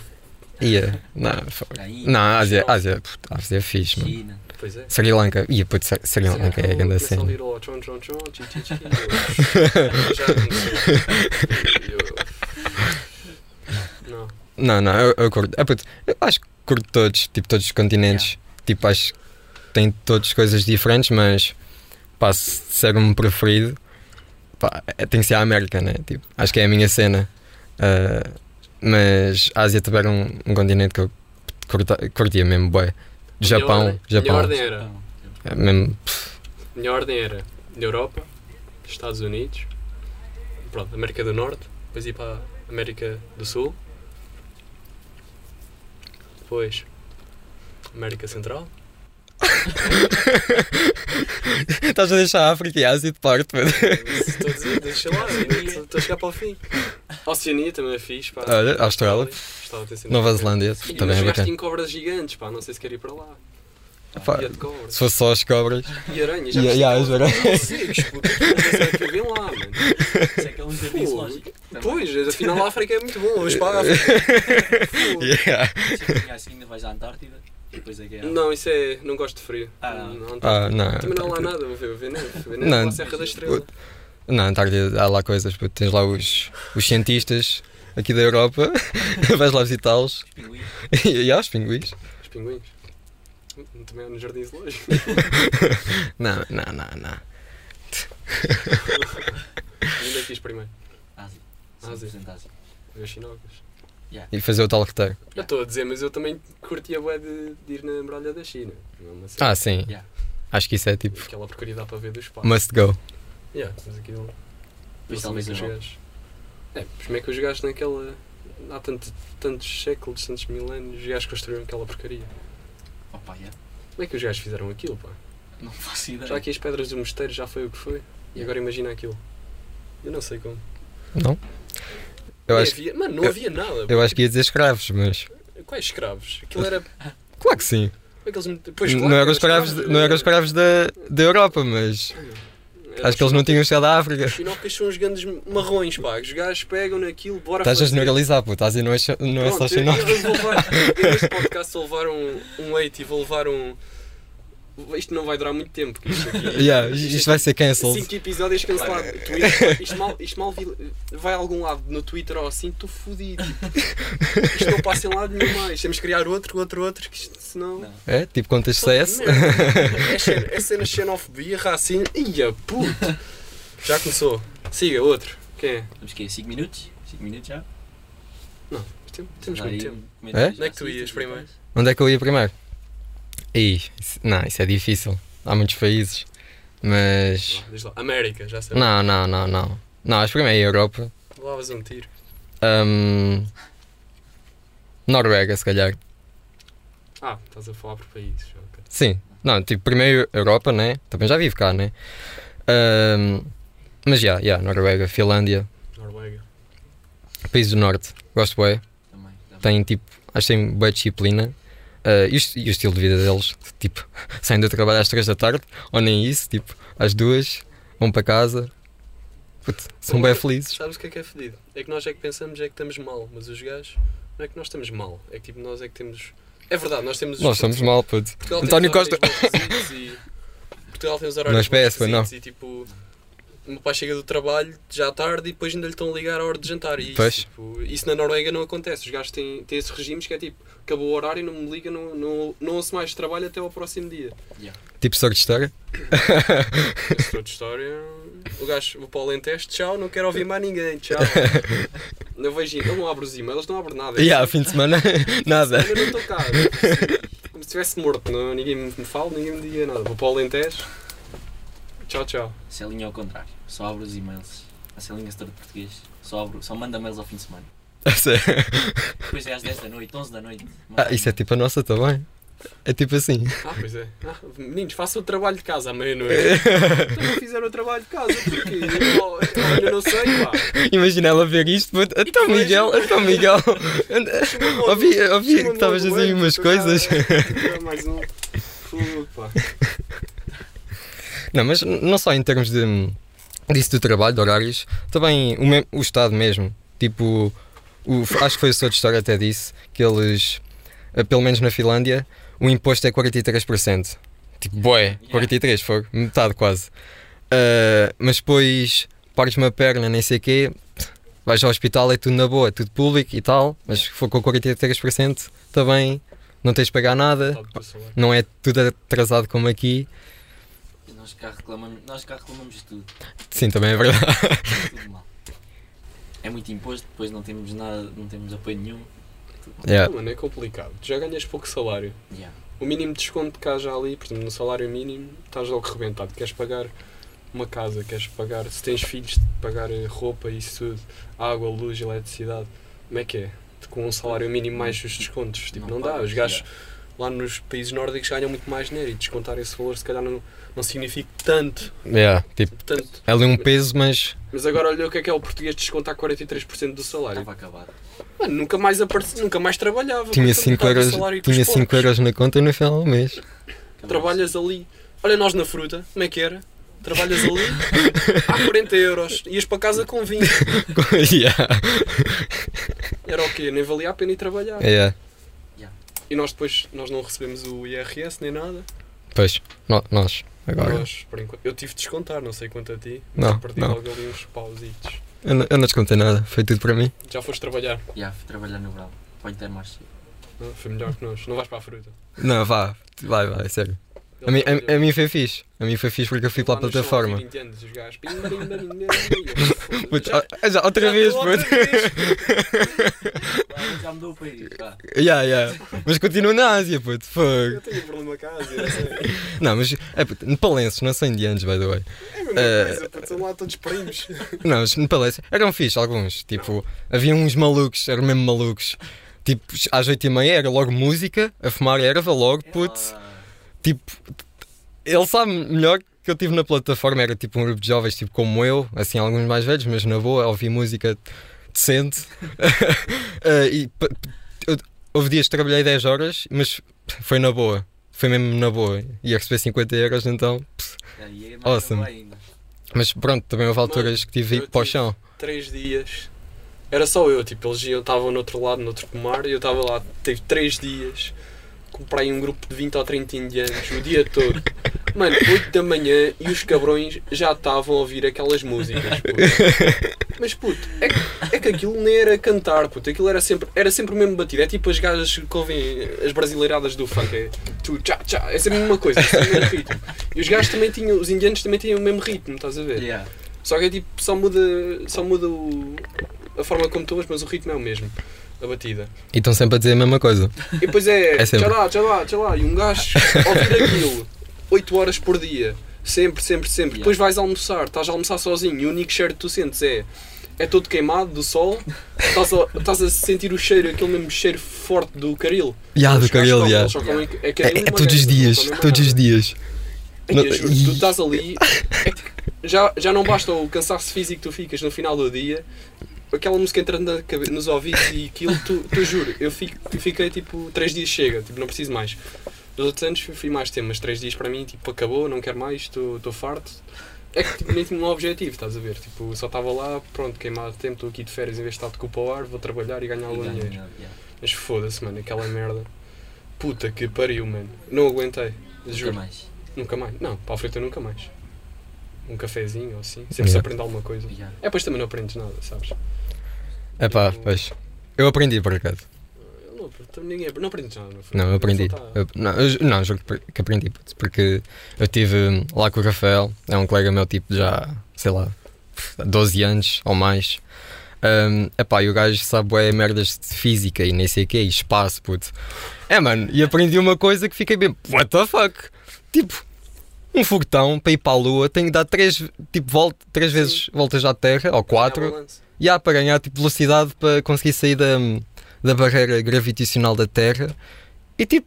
Speaker 2: Ia. Não, fuck.
Speaker 3: Aí,
Speaker 2: Não, a Ásia, a Ásia, puto, a Ásia é fixe, mano.
Speaker 3: China.
Speaker 4: Pois é.
Speaker 2: Sri Lanka. Ia, puto, Sri- Sri Lanka é a grande
Speaker 4: Começa ali,
Speaker 2: cena.
Speaker 4: ó, tchon, tchon, tchon, tchim, tchim, tchim. Eu- Já não sei. Eu- Não.
Speaker 2: Não, não, eu, eu curto. É, puto, eu acho que curto todos, tipo, todos os continentes. Tipo, acho que têm todas coisas diferentes, mas pá, se ser um preferido, pá, é- tem que ser a América, né? Tipo, acho que é a minha cena. Ah, mas a Ásia também era um, um continente que eu curta, curtia mesmo, boé.
Speaker 4: Minha
Speaker 2: Japão,
Speaker 4: ordem- Minha
Speaker 2: Japão.
Speaker 4: ordem era.
Speaker 3: Japão.
Speaker 2: É mesmo,
Speaker 4: Minha ordem era Europa, Estados Unidos, pronto, América do Norte, depois ir para a América do Sul, depois América Central.
Speaker 2: estás a deixar a África e a Ásia de parte, mano.
Speaker 4: Estou a dizer, deixa lá, estou estou a chegar para o fim. Oceania também é fixe, pá.
Speaker 2: Olha, Austrália,
Speaker 4: Estava a ter sido-
Speaker 2: Nova Zelândia,
Speaker 4: E
Speaker 2: também é
Speaker 4: jogaste
Speaker 2: bacana.
Speaker 4: em cobras gigantes, pá, não sei se quer ir para lá.
Speaker 2: Pá,
Speaker 4: Ia de cobras.
Speaker 2: se fosse só as cobras,
Speaker 4: E aranhas.
Speaker 2: E- e as aranhas.
Speaker 4: Não sei, que puta, que eu vim lá, mano.
Speaker 3: Isso é que é um jardim
Speaker 4: Pô,
Speaker 3: zoológico. também.
Speaker 4: Pois, afinal a África é muito bom, hoje para a África.
Speaker 2: yeah.
Speaker 3: Se conhece, ainda vais à assim Antártida e depois é que é.
Speaker 4: Não, isso é. Não gosto de frio.
Speaker 3: Ah,
Speaker 4: não.
Speaker 3: não.
Speaker 4: não,
Speaker 2: Ah, não.
Speaker 4: também não há lá
Speaker 2: Antártida.
Speaker 4: nada, vou ver, vou ver neve. Vou ver neve
Speaker 2: Não.
Speaker 4: na Serra da Estrela.
Speaker 2: Na Antártida há lá coisas, puto. tens lá os, os cientistas aqui da Europa, vais lá visitá-los
Speaker 3: Pinguim.
Speaker 2: e há os pinguins.
Speaker 4: Os pinguins. Hum, Também há no jardim zoológico.
Speaker 2: Não, não, não, não.
Speaker 4: Ainda quis primeiro.
Speaker 3: Ásia.
Speaker 4: Ásia.
Speaker 3: 100% Ásia.
Speaker 4: Ver os chinocas.
Speaker 2: E fazer o tal roteiro.
Speaker 4: Eu estou a dizer, mas eu também curtia bué de, de ir na muralha da China. Não é uma cena.
Speaker 2: Ah, sim.
Speaker 3: Yeah.
Speaker 2: Acho que isso é tipo
Speaker 4: Aquela porcaria dá para ver do espaço.
Speaker 2: must go.
Speaker 4: Yeah, mas aquilo.
Speaker 3: Pois
Speaker 4: não
Speaker 3: talvez
Speaker 4: sei
Speaker 3: a
Speaker 4: como é que os gajos- É, mas como é que os gajos naquela. Há tanto- tantos séculos, tantos milénios, os gajos construíram aquela porcaria.
Speaker 3: Opa, yeah.
Speaker 4: Como é que os gajos fizeram aquilo, pá?
Speaker 3: Não faço ideia.
Speaker 4: Já que as pedras do mosteiro já foi o que foi. E agora imagina aquilo. Eu não sei como.
Speaker 2: Não? Eu
Speaker 4: Nem
Speaker 2: acho,
Speaker 4: havia- mano, não
Speaker 2: eu-
Speaker 4: havia nada.
Speaker 2: eu acho que ia dizer escravos, mas.
Speaker 4: Quais escravos? Aquilo era.
Speaker 2: Claro que sim.
Speaker 4: Aqueles, depois,
Speaker 2: Não eram os escravos, não eram os escravos da, da Europa, mas acho que eles não tinham chegado à África.
Speaker 4: Os chinocas são os grandes marrões, pá. Os gajos pegam naquilo, bora
Speaker 2: Estás a
Speaker 4: fazer.
Speaker 2: generalizar, pô. Estás a dizer não é, só- não é só
Speaker 4: Pronto, eu-
Speaker 2: chinó.
Speaker 4: Eu, vou levar, eu neste podcast vou levar um, um leite e vou levar um. Isto não vai durar muito tempo. porque Isto aqui
Speaker 2: Yeah, isto vai ser cancelled.
Speaker 4: 5 episódios cancelado. Twitter, isto mal, isto mal vi- vai a algum lado no Twitter ou assim, estou fodido. Isto não passa em lado nenhum mais. Temos que criar outro, outro, outro, que isto senão.
Speaker 3: Não.
Speaker 2: É? Tipo contas CS?
Speaker 4: Merda. É cena- É cena de xenofobia, racismo. Ia puto! Já começou. Siga outro. Quem é?
Speaker 3: Temos que 5 minutos? 5 minutos já? um
Speaker 4: Não, tem- temos muito tempo.
Speaker 2: É?
Speaker 3: Onde
Speaker 4: Onde é que tu ias primeiro?
Speaker 2: Onde é que eu ia primeiro? Ih, isso- não, isso é difícil. Há muitos países. Mas.
Speaker 4: Diz lá. América, já sei.
Speaker 2: Não, não, não, não. Não, acho que primeiro é a Europa.
Speaker 4: Levavas um tiro.
Speaker 2: Ahm, Noruega, se calhar.
Speaker 4: Ah, estás a falar por países. ok.
Speaker 2: Sim. Não, tipo, primeiro Europa, né? Também já vivo cá, né? Ahm, mas já, já, Noruega, Finlândia,
Speaker 4: Noruega.
Speaker 2: países do norte. Gosto bem.
Speaker 3: Também. também.
Speaker 2: Têm tipo, acho que têm boa disciplina. Ah, e, o, est- e o estilo de vida deles, tipo, saem do trabalho às 3 da tarde, ou nem isso, tipo, às 2, vão para casa. Puto, são bem felizes.
Speaker 4: Sabes o que é que é fedido? É que nós é que pensamos é que estamos mal, mas os gajos não é que nós estamos mal, é que tipo nós é que temos. É verdade, nós temos. os-
Speaker 2: Nós somos mal, puto.
Speaker 4: Portugal tem
Speaker 2: António
Speaker 4: os horários
Speaker 2: Costa. é
Speaker 4: bem esquisitos e- Portugal tem os horários
Speaker 2: Mas
Speaker 4: bem
Speaker 2: péssimo,
Speaker 4: esquisitos e tipo. O meu pai chega do trabalho já à tarde e depois ainda lhe estão a ligar à hora de jantar. E isso,
Speaker 2: Pois.
Speaker 4: tipo, isso na Noruega não acontece. Os gajos têm, têm esses regimes que é tipo, acabou o horário, não me liga, não, não, não ouço mais trabalho até ao próximo dia.
Speaker 2: Tipo, professor de história.
Speaker 4: Se for de é história, o gajo, vou para o Alentejo, tchau, não quero ouvir mais ninguém, tchau. Não vejo, ele não abre os e-mails, não abre nada.
Speaker 2: E yeah, fim de semana, nada.
Speaker 4: Eu não estou cá. Como se estivesse morto, não, ninguém me me fala, ninguém me diga nada. Vou para o Alentejo. Tchau, tchau.
Speaker 3: Se alinha ao contrário. Só abre os e-mails. A Celinha se de português. Só, abre, só manda mails ao fim de semana. Depois é às 10 da noite, 11 da noite.
Speaker 2: Ah, isso é tipo a nossa também. É tipo assim.
Speaker 4: Ah, pois é. Ah, meninos, façam o trabalho de casa à meia-noite. Então não fizeram o trabalho de casa, porque oh, olha, não sei, pá.
Speaker 2: Imagina ela ver isto, puto. Então Miguel, então Miguel. Ouvi, ouvi que
Speaker 4: Chama-me
Speaker 2: estavas a
Speaker 4: logo
Speaker 2: dizer
Speaker 4: eu,
Speaker 2: umas
Speaker 4: estou cá,
Speaker 2: coisas.
Speaker 4: estou cá, Mais um. Fogo, pá.
Speaker 2: Não, mas não só em termos de disso do trabalho, de horários, também o, me- o Estado mesmo. Tipo, o- acho que foi o senhor de História até disse que eles, eh, pelo menos na Finlândia, o imposto é 43%. Tipo, boé, 43%, foi metade quase. Ah, mas depois partes uma perna, nem sei o quê, vais ao hospital, é tudo na boa, é tudo público e tal, mas se for com 43% também não tens de pagar nada,
Speaker 4: Pode passar lá.
Speaker 2: não é tudo atrasado como aqui.
Speaker 3: Nós cá reclamamos, nós cá reclamamos de tudo.
Speaker 2: Sim, também é verdade.
Speaker 3: Tudo mal. É muito imposto, depois não temos nada, não temos apoio nenhum. Tudo mal.
Speaker 2: Yeah.
Speaker 4: Ah, Mano, é complicado. Tu já ganhas pouco salário.
Speaker 3: Yeah.
Speaker 4: O mínimo de desconto de casa ali, por exemplo, no salário mínimo, estás logo rebentado. Queres pagar uma casa, queres pagar, se tens filhos, pagar eh, roupa, isso tudo, água, luz, eletricidade. Como é que é? Com um salário mínimo mais os descontos. Tipo, não, dá.
Speaker 3: pagas,
Speaker 4: Os gajos
Speaker 3: yeah.
Speaker 4: lá nos países nórdicos ganham muito mais dinheiro e descontar esse valor se calhar não, não significa tanto,
Speaker 2: Yeah, tipo,
Speaker 4: tanto.
Speaker 2: é ali um peso, mas
Speaker 4: Mas agora olha o que é que é o português descontar 43% do salário.
Speaker 3: Estava acabado.
Speaker 4: Mano, nunca mais apareci, nunca mais trabalhava.
Speaker 2: tinha
Speaker 4: portanto,
Speaker 2: 5
Speaker 4: metade do
Speaker 2: euros,
Speaker 4: salário que
Speaker 2: tinha
Speaker 4: os
Speaker 2: cinco
Speaker 4: porcos.
Speaker 2: euros na conta no final do mês.
Speaker 4: Trabalhas ali. Olha, nós na fruta, como é que era? Trabalhas ali, há 40 euros. Ias para casa com 20.
Speaker 2: yeah,
Speaker 4: Era o quê? Nem valia a pena ir trabalhar.
Speaker 2: yeah.
Speaker 4: E nós depois, nós não recebemos o IRS nem nada.
Speaker 2: Pois, no- nós, agora.
Speaker 4: Nós, por enquanto, eu tive de descontar, não sei quanto a ti. mas
Speaker 2: Não,
Speaker 4: perdi
Speaker 2: não.
Speaker 4: logo ali uns pausitos.
Speaker 2: Eu, não- eu não descontei nada, foi tudo para mim.
Speaker 4: Já foste trabalhar,
Speaker 3: Yeah, fui trabalhar no verão. Para lhe ter mais cedo.
Speaker 4: não? foi melhor que nós. Não vais para a fruta.
Speaker 2: Não, vá, vai, vai, sério.
Speaker 4: Ele
Speaker 2: A mim,
Speaker 4: trabalha.
Speaker 2: a, a mim foi fixe, a mim foi fixe porque eu fui
Speaker 4: Lá assim.
Speaker 2: pela
Speaker 4: nos
Speaker 2: plataforma.
Speaker 4: são indianos, os gajos. Bim, bim, bim, bim, bim, bim.
Speaker 2: Puto,
Speaker 4: Já-
Speaker 2: ah, já, outra
Speaker 4: já
Speaker 2: vez,
Speaker 4: estou outra
Speaker 2: puto.
Speaker 4: vez.
Speaker 3: Ah, Já mudou o país. pá.
Speaker 2: Yeah, yeah. Mas continua na Ásia, puto,
Speaker 4: Eu
Speaker 2: fogo.
Speaker 4: tenho um problema com a Ásia, não sei.
Speaker 2: Não, mas é puto, nepalenses, não são indianos, by the way.
Speaker 4: É a mesma
Speaker 2: Eh,
Speaker 4: coisa, puto, são lá todos primos.
Speaker 2: Não, os nepalenses eram fixe, alguns. Tipo, havia uns malucos, eram mesmo malucos. Tipo, às 8h30 era logo música, a fumar erva logo, putz.
Speaker 3: Ah,
Speaker 2: Tipo, ele sabe melhor que eu tive na plataforma. Era tipo um grupo de jovens, tipo como eu, assim, alguns mais velhos, mas na boa, ouvi música decente. Eh, e pa- pa- eu- houve dias que trabalhei 10 horas, mas foi na boa. Foi mesmo na boa. Ia receber 50 euros, então. pss.
Speaker 3: aí é mais
Speaker 2: Awesome.
Speaker 3: trabalho ainda.
Speaker 2: Mas pronto, também houve alturas que tive de ir
Speaker 4: eu
Speaker 2: para o
Speaker 4: tive-
Speaker 2: chão.
Speaker 4: três dias. Era só eu, tipo, eles iam, estavam no outro lado, no outro pomar, e eu estava lá, teve três dias. Comprei um grupo de 20 ou 30 indianos o dia todo. Mano, 8 da manhã e os cabrões já estavam a ouvir aquelas músicas, puto. Mas puto, é que, é que aquilo nem era cantar, puto, aquilo era sempre, era sempre o mesmo batido. É tipo as gajas que ouvem as brasileiradas do funk, é tu, tchá, tchá, é sempre a mesma coisa, é sempre o mesmo ritmo. E os gajos também tinham, os indianos também tinham o mesmo ritmo, estás a ver?
Speaker 3: Yeah.
Speaker 4: Só que é tipo, só muda, só muda o- a forma como tomas, mas o ritmo é o mesmo. A batida.
Speaker 2: E estão sempre a dizer a mesma coisa.
Speaker 4: E depois é,
Speaker 2: É
Speaker 4: tchau
Speaker 2: sempre.
Speaker 4: lá, tchau lá, tchau lá. E um gajo ouvir aquilo 8 horas por dia, sempre, sempre, sempre. Depois vais almoçar, estás a almoçar sozinho e o único cheiro que tu sentes é é todo queimado do sol, estás a, estás a sentir o cheiro, aquele mesmo cheiro forte do caril.
Speaker 2: Ya, Ah, do
Speaker 4: Os gajos
Speaker 2: cabelo,
Speaker 4: comem,
Speaker 2: ya.
Speaker 4: eles só comem ca-
Speaker 2: É,
Speaker 4: caril e
Speaker 2: é todos os
Speaker 4: maionese,
Speaker 2: dias,
Speaker 4: não comem mais
Speaker 2: todos os
Speaker 4: nada.
Speaker 2: dias.
Speaker 4: Ei,
Speaker 2: Não-
Speaker 4: eu juro, tu estás ali, é que já, já não basta o cansaço físico que tu ficas no final do dia, aquela música entrando na cabe- nos ouvidos e aquilo, tu, tu juro, eu, fico, eu fiquei tipo, três dias chega, tipo, não preciso mais. Nos outros anos fui mais tempo, mas três dias para mim, tipo, acabou, não quero mais, estou estou farto. É que tipo, nem tinha um objetivo, estás a ver? Tipo, só estava lá, pronto, queimado tempo, estou aqui de férias, em vez de estar de culpa ao ar, vou trabalhar e ganhar algum
Speaker 3: E ganha,
Speaker 4: dinheiro.
Speaker 3: yeah.
Speaker 4: Mas foda-se, mano, aquela merda. Puta que pariu, mano. Não aguentei,
Speaker 3: Nunca
Speaker 4: juro.
Speaker 3: mais.
Speaker 4: Nunca mais. Não, para a fruta nunca mais. Um cafezinho ou assim. Sempre se
Speaker 2: Yeah.
Speaker 4: aprende alguma coisa.
Speaker 3: Yeah.
Speaker 4: É, pois também não aprendes nada, sabes?
Speaker 2: É pá, pois. Eu aprendi por acaso.
Speaker 4: Eu Não, apre- ninguém, não aprendes nada, não foi?
Speaker 2: Não, eu aprendi.
Speaker 4: Só tá-
Speaker 2: Eu- não, eu, não, juro que que aprendi, puto, porque eu tive hum, lá com o Rafael, é um colega meu tipo já, sei lá, 12 anos ou mais. Hum, epá, e o gajo sabe bué merdas de física e nem sei o quê, e espaço, puto. É, mano, e aprendi uma coisa que fiquei bem, what the fuck? Tipo, um foguetão para ir para a lua tem que dar três, tipo, volta, três vezes voltas à Terra, ou
Speaker 4: Ganhar
Speaker 2: quatro,
Speaker 4: balanço.
Speaker 2: e há para ganhar tipo, velocidade para conseguir sair da, da barreira gravitacional da Terra. E tipo,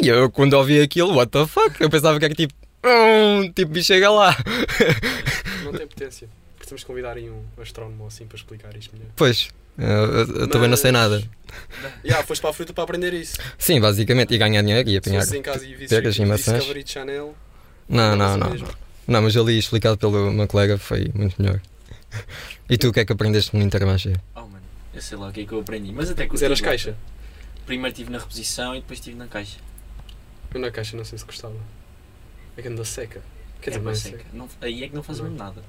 Speaker 2: ai, eu quando ouvi aquilo, what the fuck? Eu pensava que era tipo, hum, tipo, e chega lá.
Speaker 4: Não tem potência. Precisamos convidar aí um astrónomo ou assim para explicar isto melhor.
Speaker 2: Pois, eu, eu- eu também não sei
Speaker 4: Mas-
Speaker 2: nada.
Speaker 4: Yeah, foste para a fruta para aprender isso.
Speaker 2: Sim, basicamente, e ganhar dinheiro e
Speaker 4: Se
Speaker 2: apanhar.
Speaker 4: fosses em casa e visses
Speaker 2: pegas e
Speaker 4: visses
Speaker 2: maçãs.
Speaker 4: Discovery Channel...
Speaker 2: Não, não,
Speaker 4: andavas a
Speaker 2: não.
Speaker 4: mesma.
Speaker 2: Não, mas ali explicado pelo meu colega foi muito melhor. E tu o que é que aprendeste no Intermarché?
Speaker 3: Oh, mano, eu sei lá o que é que eu aprendi. Mas até que
Speaker 4: Mas eras caixa?
Speaker 3: Primeiro estive na reposição e depois estive na caixa.
Speaker 4: Eu na caixa não sei se gostava. É que anda seca. Quer
Speaker 3: é
Speaker 4: dizer, não
Speaker 3: bué
Speaker 4: é
Speaker 3: seca.
Speaker 4: seca.
Speaker 3: Não- aí é que não faz mesmo nada.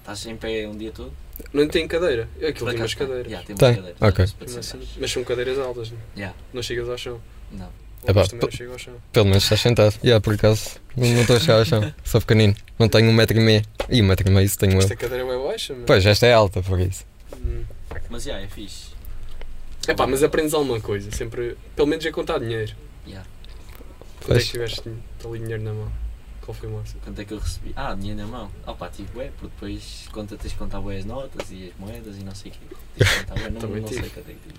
Speaker 3: Estás sem pé um dia todo.
Speaker 4: Não tem cadeira. É Aquilo
Speaker 3: Por acaso
Speaker 4: tem umas
Speaker 3: tem.
Speaker 4: cadeiras. é assim.
Speaker 3: Yeah, tem umas
Speaker 2: Tem,
Speaker 3: cadeiras.
Speaker 2: ok.
Speaker 3: Para te
Speaker 4: Mas
Speaker 3: sentares.
Speaker 4: sim, Mas são cadeiras altas, não?
Speaker 3: Yeah.
Speaker 4: Não chegas ao chão.
Speaker 3: Não.
Speaker 2: Epá,
Speaker 4: Mas também
Speaker 2: pa-
Speaker 4: não chega ao chão.
Speaker 2: Pelo menos estás sentado. Yeah, por acaso, não não estou a chegar ao chão, sou pequenino. Não tenho um metro e meio. E um metro e meio isso tenho eu.
Speaker 4: Esta cadeira é baixa, mano.
Speaker 2: Pois, esta é alta, por isso.
Speaker 4: Hum.
Speaker 3: Mas yeah, é fixe.
Speaker 4: Epá, mas aprendes alguma coisa, sempre. Pelo menos é contar dinheiro.
Speaker 3: Yeah.
Speaker 4: Quando é
Speaker 2: Pois.
Speaker 4: que tiveste dinhe- ali dinheiro na mão? Qual foi o máximo?
Speaker 3: Quanto é que eu recebi? Ah, dinheiro na mão. Ah pá, tive bué, porque depois conta, tens de contar bué as notas e as moedas e não sei o quê. Tens de contar bué, não,
Speaker 4: Também
Speaker 3: não
Speaker 4: tive.
Speaker 3: sei quanto é que tive.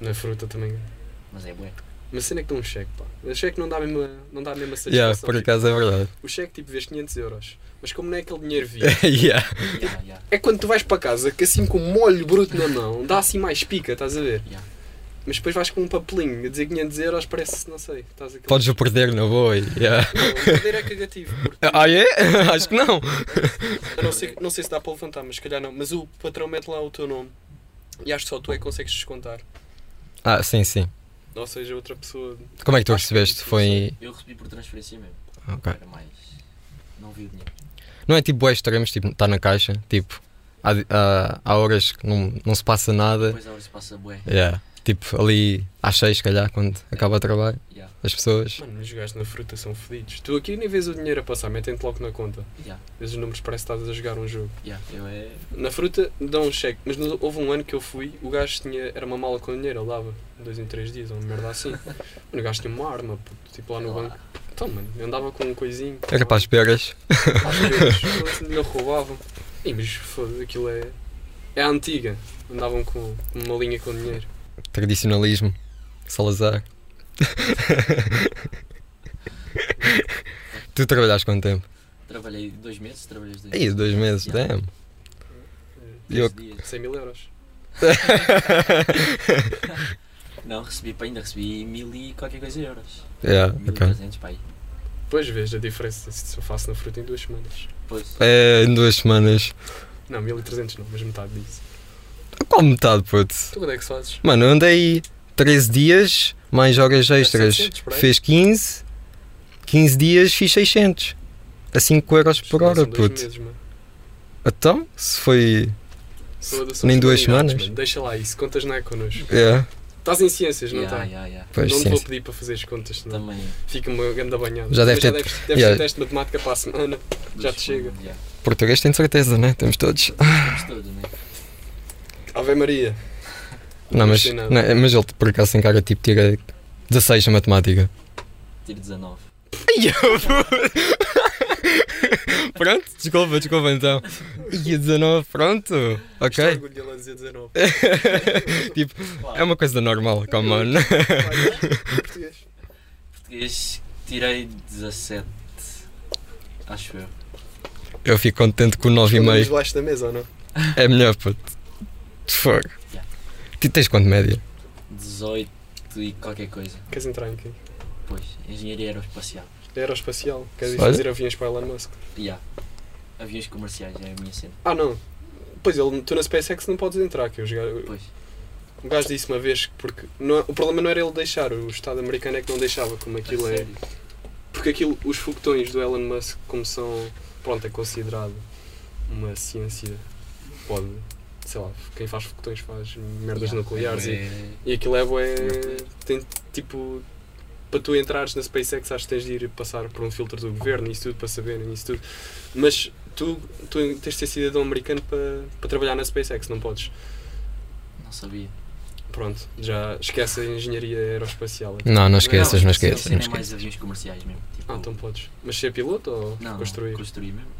Speaker 4: Na fruta também.
Speaker 3: Mas é bué.
Speaker 4: Mas cena é que dá um cheque, pá. O cheque não dá mesmo a, não dá mesmo a satisfação.
Speaker 2: Yeah, por
Speaker 4: tipo.
Speaker 2: acaso é verdade.
Speaker 4: O cheque tipo vês 500 euros. Mas como não é aquele dinheiro vivo.
Speaker 2: yeah.
Speaker 3: Yeah, yeah.
Speaker 4: é quando tu vais para casa que assim com um molho bruto na mão, dá assim mais pica, estás a ver?
Speaker 3: Yeah.
Speaker 4: Mas depois vais com um papelinho a dizer 500 euros, parece, não sei. Estás aquele...
Speaker 2: Podes o perder na boa. e- Yeah.
Speaker 4: Não, o poder é cagativo. porque-
Speaker 2: Ah, é? Acho que não.
Speaker 4: Eu não sei, não sei se dá para levantar, mas se calhar não. Mas o patrão mete lá o teu nome. E acho que só tu é que consegues descontar.
Speaker 2: Ah, sim, sim.
Speaker 4: Ou seja, outra pessoa.
Speaker 2: Como é que tu recebeste? Foi.
Speaker 3: Eu recebi por transferência mesmo.
Speaker 2: Ok.
Speaker 3: Era mais. Não vi o dinheiro.
Speaker 2: Não é tipo extra, mas tipo, está na caixa. Tipo, há, há- há horas que não, não se passa nada.
Speaker 3: Depois a hora se passa bué.
Speaker 2: Yeah. Tipo, ali às seis, se calhar, quando acaba o trabalho,
Speaker 3: Yeah,
Speaker 2: as pessoas.
Speaker 4: Mano, os gajos na fruta são fodidos. Tu aqui nem vês o dinheiro a passar, metem-te logo na conta.
Speaker 3: yeah,
Speaker 4: Vês os números, parece que estás a jogar um jogo.
Speaker 3: yeah. Eu é.
Speaker 4: Na fruta dão um cheque, mas no- houve um ano que eu fui, o gajo tinha. Era uma mala com dinheiro, ele dava. Dois em três dias, ou uma merda assim. Mano, o gajo tinha uma arma, puto, tipo lá no
Speaker 3: sei lá.
Speaker 4: banco. Então, mano, eu andava com um coisinho.
Speaker 2: Era para as peras.
Speaker 4: Às vezes, foda-se, lhe roubavam. Ih, mas foda aquilo é. É a antiga. Andavam com uma linha com dinheiro.
Speaker 2: Tradicionalismo. Salazar. tu trabalhaste quanto tempo?
Speaker 3: Trabalhei dois meses, trabalhei os dois
Speaker 2: Aí, dois meses,
Speaker 3: Yeah.
Speaker 2: damn.
Speaker 3: Três
Speaker 2: Eu-
Speaker 3: dias.
Speaker 4: 100 É, mil euros.
Speaker 3: Não, recebi, pá, ainda recebi mil e qualquer coisa euros.
Speaker 2: Yeah,
Speaker 3: Mil e
Speaker 2: É, ok.
Speaker 3: trezentos, pá, aí.
Speaker 4: Depois vês a diferença se eu faço na fruta em duas semanas.
Speaker 3: Pois.
Speaker 2: É, em duas semanas.
Speaker 4: Não, 1300 não, mas metade disso.
Speaker 2: Qual metade, puto?
Speaker 4: Tu quando é que fazes?
Speaker 2: Mano, eu andei 13 dias, mais horas extras
Speaker 4: 700 É por aí.
Speaker 2: fez 15, 15 dias fiz 600. A 5 euros por
Speaker 4: São
Speaker 2: hora,
Speaker 4: dois
Speaker 2: puto.
Speaker 4: meses, mano.
Speaker 2: Então, se foi.
Speaker 4: Foda-se,
Speaker 2: Nem
Speaker 4: somos
Speaker 2: duas
Speaker 4: humanidades,
Speaker 2: semanas?
Speaker 4: mano. Deixa lá isso, contas não é connosco.
Speaker 2: É,
Speaker 4: Estás em ciências, não
Speaker 3: Yeah,
Speaker 4: está?
Speaker 3: yeah, yeah.
Speaker 2: pois
Speaker 4: não te
Speaker 2: sim.
Speaker 4: vou pedir para fazeres contas, senão
Speaker 3: Também.
Speaker 4: fica uma grande banhada.
Speaker 2: Já deve
Speaker 4: Mas
Speaker 2: ter-
Speaker 4: deves, deves
Speaker 2: yeah.
Speaker 4: ter teste de matemática para a semana. Já te chega.
Speaker 3: Yeah.
Speaker 2: Português tem de certeza, né? Temos todos.
Speaker 3: Temos todos, né?
Speaker 4: Ave Maria.
Speaker 2: Não, mas,
Speaker 4: sei nada.
Speaker 2: não, mas ele por acaso encara tipo tira 16 a matemática.
Speaker 3: Tiro 19.
Speaker 2: Ai, eu puto. Pronto, desculpa, desculpa então. Ia 19, pronto.
Speaker 4: Estou
Speaker 2: Ok.
Speaker 4: orgulho de ela dizer 19.
Speaker 2: tipo, é uma coisa normal, come on.
Speaker 4: Em português.
Speaker 3: Português tirei 17. Acho eu.
Speaker 2: Eu fico contente com o
Speaker 4: Escondemos
Speaker 2: 9,5.
Speaker 4: debaixo da mesa ou não?
Speaker 2: É melhor, puto. Fuck. Tu tens quanto média?
Speaker 3: 18 e qualquer coisa.
Speaker 4: Queres entrar em quê? É
Speaker 3: Pois, engenharia aeroespacial.
Speaker 4: Aeroespacial. Queres ir
Speaker 2: Olha.
Speaker 4: fazer aviões para Elon Musk?
Speaker 3: Ya. Aviões comerciais é a minha cena.
Speaker 4: Ah, não. Pois, ele, tu na SpaceX não podes entrar, que os ga-
Speaker 3: Pois.
Speaker 4: o gajo disse uma vez, que porque não- o problema não era ele deixar, o Estado americano é que não deixava, como aquilo
Speaker 3: a
Speaker 4: é...
Speaker 3: sério.
Speaker 4: Porque aquilo, os foguetões do Elon Musk, como são, pronto, é considerado uma ciência, pode, sei lá, quem faz foguetões faz merdas
Speaker 3: Ya,
Speaker 4: nucleares e,
Speaker 3: é-
Speaker 4: e aquilo é, bué-
Speaker 3: Merda.
Speaker 4: tem, tipo, para tu entrares na SpaceX acho que tens de ir passar por um filtro do governo e isso tudo, para saberem isso tudo, mas tu, tu tens de ser cidadão americano para, para trabalhar na SpaceX, não podes.
Speaker 3: Não sabia.
Speaker 4: Pronto, já esquece a engenharia aeroespacial.
Speaker 2: Não, não esqueças, não
Speaker 3: a
Speaker 2: esqueças.
Speaker 3: cena
Speaker 2: Não
Speaker 3: é mais
Speaker 2: esqueças.
Speaker 3: aviões comerciais mesmo. Tipo,
Speaker 4: Ah, então podes. Mas ser piloto ou
Speaker 3: não,
Speaker 4: construir?
Speaker 3: construir. Construir mesmo.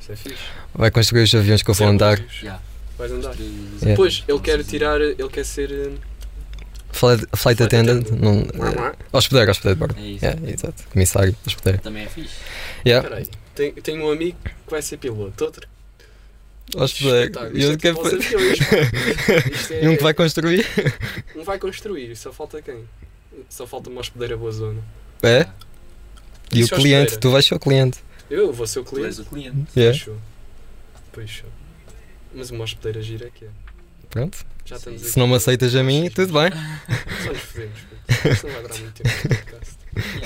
Speaker 4: Isso é fixe.
Speaker 2: Vai construir os aviões que eu vou
Speaker 4: Ser
Speaker 2: andar.
Speaker 4: piloto.
Speaker 3: Ya.
Speaker 4: Vais andar.
Speaker 3: Construir os
Speaker 2: É.
Speaker 3: aviões
Speaker 4: Pois, ele quer
Speaker 3: comerciais.
Speaker 4: tirar, ele quer ser. eh,
Speaker 2: Flight, flight attendant, não, eh, hospedeiro, hospedeiro de bordo.
Speaker 3: É isso.
Speaker 2: Yeah, exato. Comissário, hospedeiro.
Speaker 3: Também é fixe.
Speaker 2: Yeah,
Speaker 4: Peraí, tenho, tenho um amigo que vai ser piloto, outro.
Speaker 2: hospedeiro.
Speaker 4: Espetáculo.
Speaker 2: E
Speaker 4: Isto é
Speaker 2: outro que é
Speaker 4: tipo
Speaker 2: pa-
Speaker 4: aos aviões, pá. Isto é-
Speaker 2: e um que vai construir.
Speaker 4: um vai construir, só falta quem? Só falta uma hospedeira boa zona.
Speaker 2: É? E o
Speaker 4: Isso é
Speaker 2: cliente,
Speaker 4: hospedeira.
Speaker 2: tu vais ser o cliente.
Speaker 4: Eu vou ser o
Speaker 3: Tu és
Speaker 4: cliente.
Speaker 3: o cliente.
Speaker 2: Yeah,
Speaker 4: Fechou. Pois show. Mas uma hospedeira gira é que é.
Speaker 2: Pronto.
Speaker 4: Já estamos
Speaker 3: Sim.
Speaker 4: aqui.
Speaker 2: Se não me aceitas a mim, tudo bem.
Speaker 4: Só nos fodemos, pô. Isto não vai durar muito tempo no
Speaker 3: Ya, já
Speaker 4: podcast.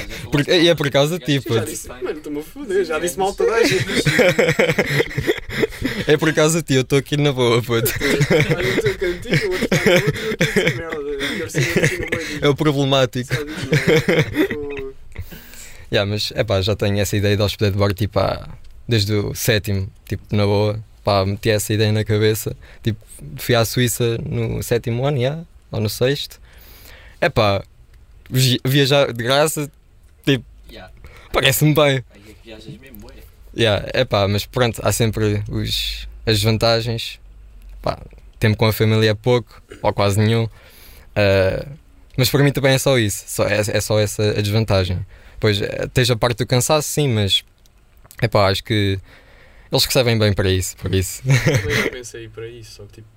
Speaker 3: falaste
Speaker 2: Porque, e é por
Speaker 3: mal.
Speaker 2: causa de ti,
Speaker 3: Já
Speaker 4: Eu já
Speaker 2: puto.
Speaker 4: disse, mano, estou-me a foder, já disse mal toda a gente.
Speaker 2: É por causa de ti, eu estou aqui na boa, puto.
Speaker 4: Olha o teu cantinho, o outro está no outro, e eu aqui disse merda. Quero ser aqui no meio
Speaker 2: É o problemático.
Speaker 4: Só diz merda. Pô.
Speaker 2: Yeah, mas é pá, já tenho essa ideia de hospedeiro de bordo, tipo, há- desde o sétimo, tipo, na boa, pá, meti essa ideia na cabeça. Tipo, fui à Suíça no sétimo ano, yeah, ou no sexto. É pá, vi- viajar de graça
Speaker 3: Ya.
Speaker 2: parece-me bem.
Speaker 3: Aí é que viajas mesmo, ué.
Speaker 2: Yeah, é pá, mas pronto, há sempre os, as vantagens. Pá, tempo com a família é pouco, ou quase nenhum. Ah, mas para mim também é só isso, só, é, é só essa a desvantagem. Pois, eh, tens a parte do cansaço, sim, mas é pá, acho que eles recebem bem para isso, por isso.
Speaker 4: Também já pensei para isso, só que tipo,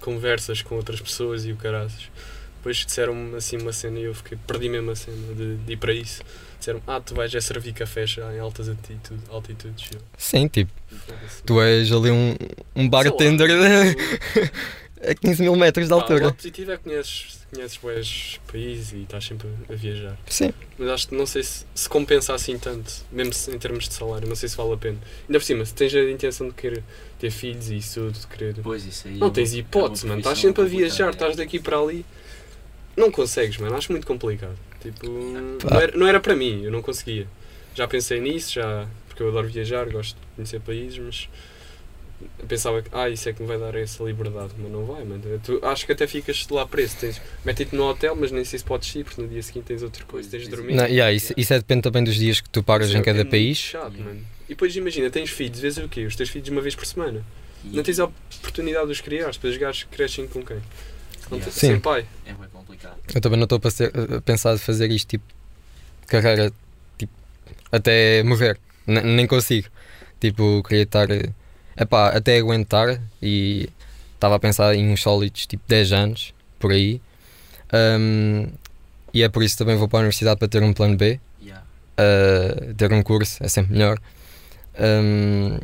Speaker 4: conversas com outras pessoas e o caraças. Depois disseram-me assim uma cena e eu fiquei, perdi mesmo a cena de, de ir para isso. Disseram ah, tu vais já servir café já em altas atitude, altitudes. Eu,
Speaker 2: Sim, tipo,
Speaker 4: foda-se.
Speaker 2: tu és ali um, um bartender
Speaker 4: Sei
Speaker 2: a 15 mil metros de
Speaker 4: lá, tu- Ah, o
Speaker 2: altura.
Speaker 4: lado positivo é que conheces, conheces bués países e estás sempre a viajar.
Speaker 2: Sim,
Speaker 4: Mas acho que não sei se, se compensa assim tanto, mesmo se- em termos de salário, não sei se vale a pena. Ainda por cima, se tens a intenção de querer ter filhos e isso tudo, de querer
Speaker 3: Pois, isso aí. é
Speaker 4: Não
Speaker 3: uma-
Speaker 4: tens hipótese,
Speaker 3: é uma
Speaker 4: mano. Estás
Speaker 3: profissão
Speaker 4: sempre a viajar,
Speaker 3: complicada,
Speaker 4: estás daqui para ali. Não consegues, mano. Acho muito complicado. Tipo,
Speaker 2: Pá.
Speaker 4: não era, não era para mim, eu não conseguia. Já pensei nisso, já. Porque eu adoro viajar, gosto de conhecer países, mas. eu Pensava que, ah, isso é que me vai dar essa liberdade, mas não vai, mano. Tu, acho que até ficas lá preso. Tens, mete-te no hotel, mas nem sei se podes ir, porque no dia seguinte tens outra coisa, tens de dormir.
Speaker 2: não, yeah, isso, isso é depende também dos dias que tu paras
Speaker 4: Isso é-
Speaker 2: em
Speaker 4: é
Speaker 2: cada
Speaker 4: muito
Speaker 2: país.
Speaker 4: Chato, mano. E depois imagina, tens filhos, vezes o quê? Os teus filhos uma vez por semana.
Speaker 3: é. E-
Speaker 4: Não tens a oportunidade de os criar, depois os gajos crescem com quem? Não
Speaker 3: Yeah.
Speaker 4: tens-
Speaker 2: Sim.
Speaker 4: Sem pai.
Speaker 3: É bem complicado.
Speaker 2: Eu também não estou a passe- a pensar de fazer isto tipo carreira tipo, até morrer. N- nem consigo. Tipo, queria estar eh, epá, até aguentar e estava a pensar em uns sólidos tipo 10 anos por aí. Ahm, e é por isso que também vou para a universidade para ter um plano B.
Speaker 3: Ya.
Speaker 2: Ah, ter um curso é sempre melhor. Ahm,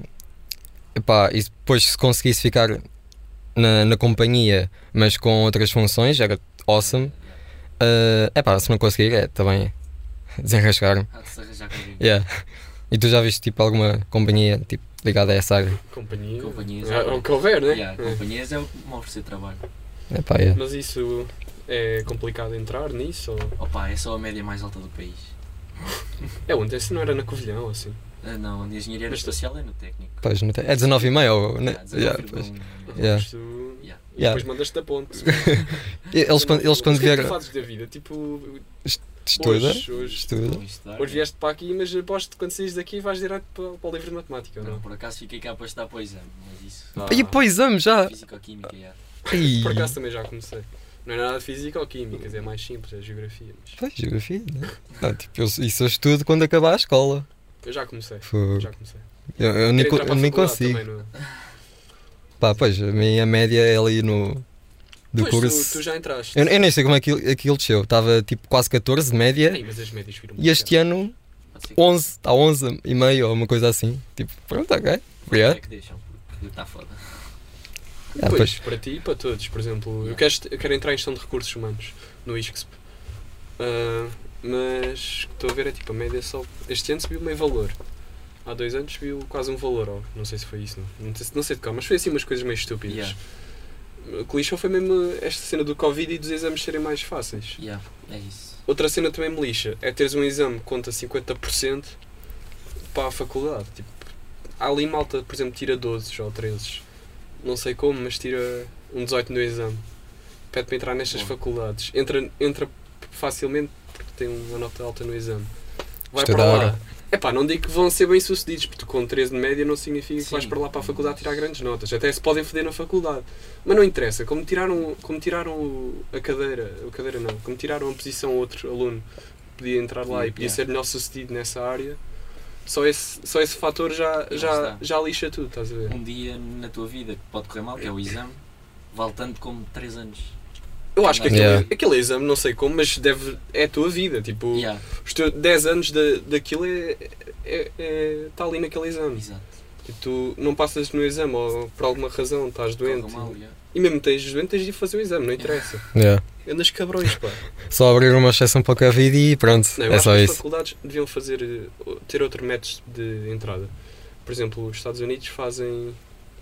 Speaker 2: epá, e depois se conseguisse ficar na, na companhia, mas com outras funções, era awesome. É epá, se não conseguir, é também desenrascar-me.
Speaker 3: Há de se arranjar qualquer
Speaker 2: Yeah. E tu já viste tipo, alguma companhia tipo, ligada a essa área?
Speaker 4: Companhia.
Speaker 3: Companhias,
Speaker 4: É, o que houver, né?
Speaker 3: Yeah,
Speaker 4: É.
Speaker 3: companhias é o que me oferecer trabalho.
Speaker 2: Epá, yeah.
Speaker 4: Mas isso é complicado entrar nisso? Ou...
Speaker 3: Opa, é só a média mais alta do país.
Speaker 4: É onde? Esse não era na Covilhã, ou assim.
Speaker 3: Ah, não, a engenharia
Speaker 4: Mas tu-
Speaker 3: aeroespacial é no técnico.
Speaker 2: Pois, não tem- É 19,5 ou. né?
Speaker 3: Ah,
Speaker 2: Yeah,
Speaker 3: 19,1.
Speaker 2: pois. Yeah.
Speaker 4: Mas tu-
Speaker 3: Yeah.
Speaker 4: E
Speaker 2: Yeah.
Speaker 4: Depois mandas-te da ponte.
Speaker 2: E Eles, quando- eles quando
Speaker 4: Mas o que é que tu
Speaker 2: vieram. é?
Speaker 4: fazes da vida? Tipo,
Speaker 2: Estuda.
Speaker 4: Hoje, hoje,
Speaker 2: Estuda.
Speaker 3: Vou estudar.
Speaker 4: hoje vieste para aqui, mas aposto que quando saís daqui vais direto para, para o livro de matemática, ou
Speaker 3: Não,
Speaker 4: não?
Speaker 3: por acaso fiquei cá para estudar para o exame, mas isso.
Speaker 4: Ah.
Speaker 2: E para o exame já.
Speaker 3: Físico-química, já.
Speaker 2: Ei.
Speaker 4: Por acaso também já comecei. Não é nada de física ou química, é mais simples, é geografia. Mas
Speaker 2: Pois, geografia, né? Não, tipo, eu, isso eu estudo quando acabar a escola.
Speaker 4: eu já comecei.
Speaker 2: Fogo.
Speaker 4: Já comecei.
Speaker 2: Eu, eu nem,
Speaker 4: Quero
Speaker 2: co-
Speaker 4: entrar para a
Speaker 2: eu nem
Speaker 4: faculdade
Speaker 2: consigo.
Speaker 4: também, não é?
Speaker 2: Pá, pois, a minha média é ali no. do
Speaker 4: Pois,
Speaker 2: curso.
Speaker 4: Tu, tu já entraste.
Speaker 2: Eu, eu nem sei como é que aquilo- aquilo desceu. Estava tipo quase 14 de média
Speaker 4: Ei, mas as médias viram
Speaker 2: e este ano
Speaker 3: Pode ser que-
Speaker 2: 11, está 11 tá e meio ou uma coisa assim. Tipo, pronto, ok.
Speaker 3: é
Speaker 2: Obrigado.
Speaker 3: que deixam, porque está foda.
Speaker 2: Ah,
Speaker 4: Pois,
Speaker 2: pois.
Speaker 4: para ti e para todos. Por exemplo, eu quero, est- eu quero entrar em gestão de recursos humanos no ISCSP. Ah, mas o que estou a ver é tipo a média só. Este ano subiu meio valor. Há dois anos subiu quase um valor. Ou, não sei se foi isso, não, não, sei, se- não sei de qual, mas foi assim umas coisas meio estúpidas.
Speaker 3: Yeah.
Speaker 4: O que lixou foi mesmo esta cena do Covid e dos exames serem mais fáceis.
Speaker 3: Yeah, é isso.
Speaker 4: Outra cena também me lixa é teres um exame que conta 50% para a faculdade. Tipo, há ali malta, por exemplo, tira 12 ou 13. Não sei como, mas tira um 18 no exame. Pede para entrar nestas
Speaker 3: Bom.
Speaker 4: faculdades. Entra, entra facilmente porque tem uma nota alta no exame. Vai
Speaker 2: Isto é
Speaker 4: para
Speaker 2: da
Speaker 4: lá.
Speaker 2: hora.
Speaker 4: É pá, não digo que vão ser bem-sucedidos, porque com 13 de média não significa que
Speaker 3: Sim.
Speaker 4: vais para lá para a faculdade tirar grandes notas. Até se podem foder na faculdade. Mas não interessa, como tiraram, como tiraram o- a cadeira, a cadeira não, como tiraram a posição a outro aluno que podia entrar lá e podia
Speaker 3: Yeah.
Speaker 4: ser melhor sucedido nessa área, só esse, só esse fator já,
Speaker 3: Lá
Speaker 4: já,
Speaker 3: está.
Speaker 4: já lixa tudo, estás a ver?
Speaker 3: Um dia na tua vida que pode correr mal, que é o exame, vale tanto como 3 anos.
Speaker 4: Eu acho que aquele,
Speaker 2: Yeah.
Speaker 4: aquele exame, não sei como, mas deve, é a tua vida. Tipo,
Speaker 3: Yeah,
Speaker 4: os teus 10 anos da, daquilo é, é, é- tá ali naquele exame.
Speaker 3: exato.
Speaker 4: Tipo, tu não passas no exame ou por alguma razão estás
Speaker 3: Corre
Speaker 4: doente.
Speaker 3: mal, yeah.
Speaker 4: E mesmo tens doente, tens de ir fazer o exame, não interessa.
Speaker 2: Yeah.
Speaker 4: Andas cabrões, pá.
Speaker 2: Só abrir uma exceção para o Covid e pronto.
Speaker 4: Não, eu
Speaker 2: é
Speaker 4: acho
Speaker 2: só
Speaker 4: que as
Speaker 2: isso.
Speaker 4: faculdades deviam fazer, eh, o- ter outro método de entrada. Por exemplo, os Estados Unidos fazem.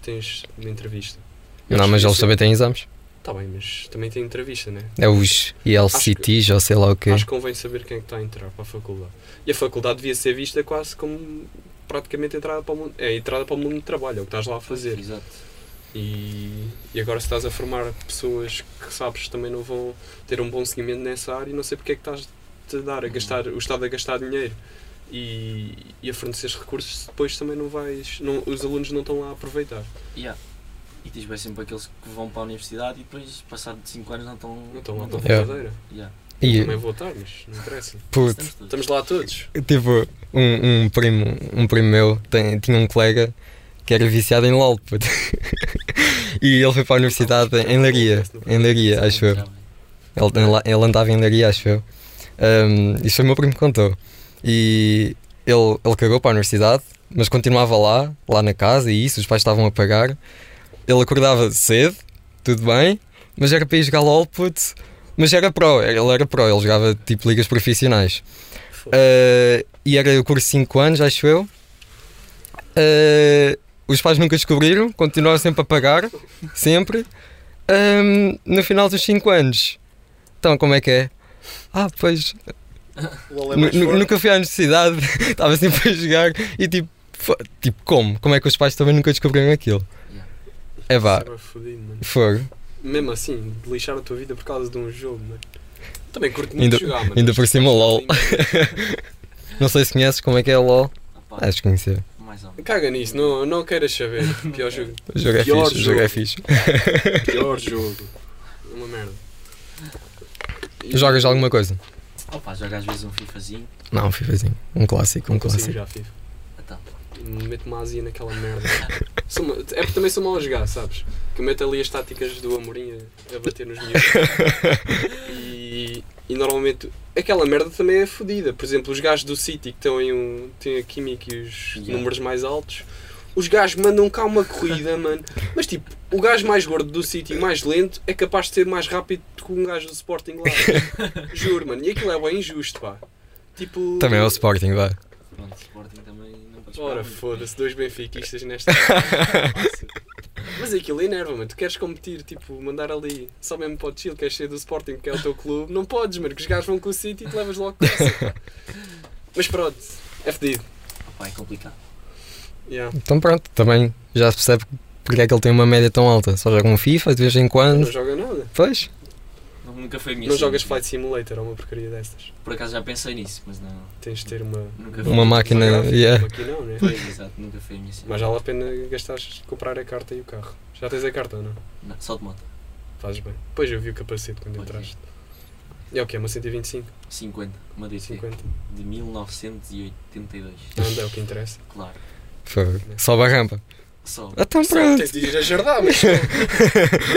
Speaker 4: tens uma entrevista.
Speaker 2: Não, mas eles também têm exames.
Speaker 4: Está bem, mas também tem entrevista, né?
Speaker 2: É os ILCTs ou sei lá o quê.
Speaker 4: Acho que convém saber quem é que está a entrar para a faculdade. E a faculdade devia ser vista quase como praticamente entrada para o mundo, é, a entrada para o mundo de trabalho, é o que estás lá a fazer.
Speaker 3: Exato.
Speaker 4: E, e agora se estás a formar pessoas que sabes também não vão ter um bom seguimento nessa área, não sei porque é que estás a dar a
Speaker 2: Uhum.
Speaker 4: gastar, o Estado a gastar dinheiro e, e a fornecer recursos, depois também não vais, não- os alunos não estão lá a aproveitar.
Speaker 3: Yeah. E tens bem sempre aqueles que vão para a universidade e depois, passado 5 anos, não estão.
Speaker 4: Não estão lá para a
Speaker 2: Yeah.
Speaker 4: verdadeira.
Speaker 3: Yeah.
Speaker 2: É. E,
Speaker 4: Também é vou estar, mas não interessa.
Speaker 2: puto,
Speaker 3: Estamos todos.
Speaker 4: Estamos lá todos.
Speaker 2: tipo, um, um primo, um primo meu tem- tinha um colega que era viciado em LOL, puto. E ele foi
Speaker 4: Ah,
Speaker 2: para a universidade em Leiria. Em Leiria, acho eu.
Speaker 3: Já bem.
Speaker 2: Ele, ele- ele andava em Leiria, acho eu. Um, isso foi o meu primo que contou. E ele, ele cagou para a universidade, mas continuava lá, lá na casa e isso, os pais estavam a pagar. Ele acordava cedo, tudo bem, mas era para ir jogar LOL, puto. Mas era pro, ele era pro, ele jogava tipo ligas profissionais. Uh, e era o curso 5 anos, acho eu. Uh, os pais nunca descobriram, continuaram sempre a pagar, sempre. Um, no final dos 5 anos, então como é que é? Ah, pois,
Speaker 4: LOL
Speaker 2: nu- nu- nunca fui à universidade, estava sempre a jogar e tipo, fo- tipo, como? Como é que os pais também nunca descobriram aquilo?
Speaker 3: Yeah.
Speaker 2: É vá, fogo.
Speaker 4: Mesmo assim, de lixar a tua vida por causa de um jogo, mano. Também curto muito
Speaker 2: Ainda-
Speaker 4: jogar, mano.
Speaker 2: ainda por cima, LOL. Não sei se conheces como é que é LOL.
Speaker 3: Opa,
Speaker 2: Acho que conhecer.
Speaker 3: Mais ou menos.
Speaker 4: Caga nisso, não, não queiras saber. Pior jogo.
Speaker 2: O jogo é
Speaker 4: Pior
Speaker 2: fixe, o jogo é
Speaker 4: jogo.
Speaker 2: fixe.
Speaker 4: Pior jogo. Uma merda. E-
Speaker 2: Jogas alguma coisa?
Speaker 3: Opa, joga às vezes um FIFAzinho.
Speaker 2: Não, um FIFAzinho. Um clássico, um
Speaker 4: Não
Speaker 2: clássico.
Speaker 4: consigo já, FIFA.
Speaker 3: Então,
Speaker 4: Meto-me a azia naquela merda. Sou ma- é porque também sou mal a jogar, sabes? Que eu meto ali as táticas do Amorim a, a bater nos miúdos. E, e normalmente aquela merda também é fodida. Por exemplo, os gajos do City que estão em um, têm a química e os
Speaker 3: Yeah.
Speaker 4: números mais altos. Os gajos mandam cá uma corrida, mano. Mas tipo, o gajo mais gordo do City, mais lento, é capaz de ser mais rápido que um gajo do Sporting lá. Juro, mano. E aquilo é bem injusto, pá. Tipo.
Speaker 2: Também é o Sporting, vá.
Speaker 3: pronto, Sporting também não pode
Speaker 4: Ora,
Speaker 3: muito.
Speaker 4: foda-se, dois benfiquistas nesta. Mas aquilo enerva-me, tu queres competir, tipo, mandar ali, só mesmo para o Chile, queres ser do Sporting, que é o teu clube, não podes, mano, que os gajos vão com o City e te levas logo com essa. Mas pronto, é fedido.
Speaker 3: Opa, é complicado.
Speaker 4: Yeah.
Speaker 2: Então pronto, também já se percebe porque é que ele tem uma média tão alta. Só joga um FIFA de vez em
Speaker 4: Não
Speaker 2: quando.
Speaker 4: joga nada.
Speaker 2: Pois,
Speaker 3: Não nunca foi a minha
Speaker 4: Não
Speaker 3: cena.
Speaker 4: jogas Flight Simulator, é uma porcaria destas.
Speaker 3: Por acaso já pensei nisso, mas não.
Speaker 4: Tens de ter uma.
Speaker 3: Nunca
Speaker 2: Uma máquina,
Speaker 4: gráfica,
Speaker 2: yeah.
Speaker 4: uma aqui não, né?
Speaker 3: Pois, exato, nunca foi a minha cena.
Speaker 4: Mas vale a pena gastares, comprar a carta e o carro. Já tens a carta, não?
Speaker 3: Não, só de moto.
Speaker 4: Fazes bem. Pois eu vi o capacete quando
Speaker 3: Pois é.
Speaker 4: entraste. É o que? É uma 125?
Speaker 3: 50, uma DC
Speaker 4: 50?
Speaker 3: de 1982.
Speaker 4: Anda, é o que interessa.
Speaker 3: Claro,
Speaker 2: Fogo. Sobe a rampa.
Speaker 3: só.
Speaker 2: Então
Speaker 4: Só que
Speaker 2: pronto.
Speaker 4: tens de ir a jardar, mas. tens,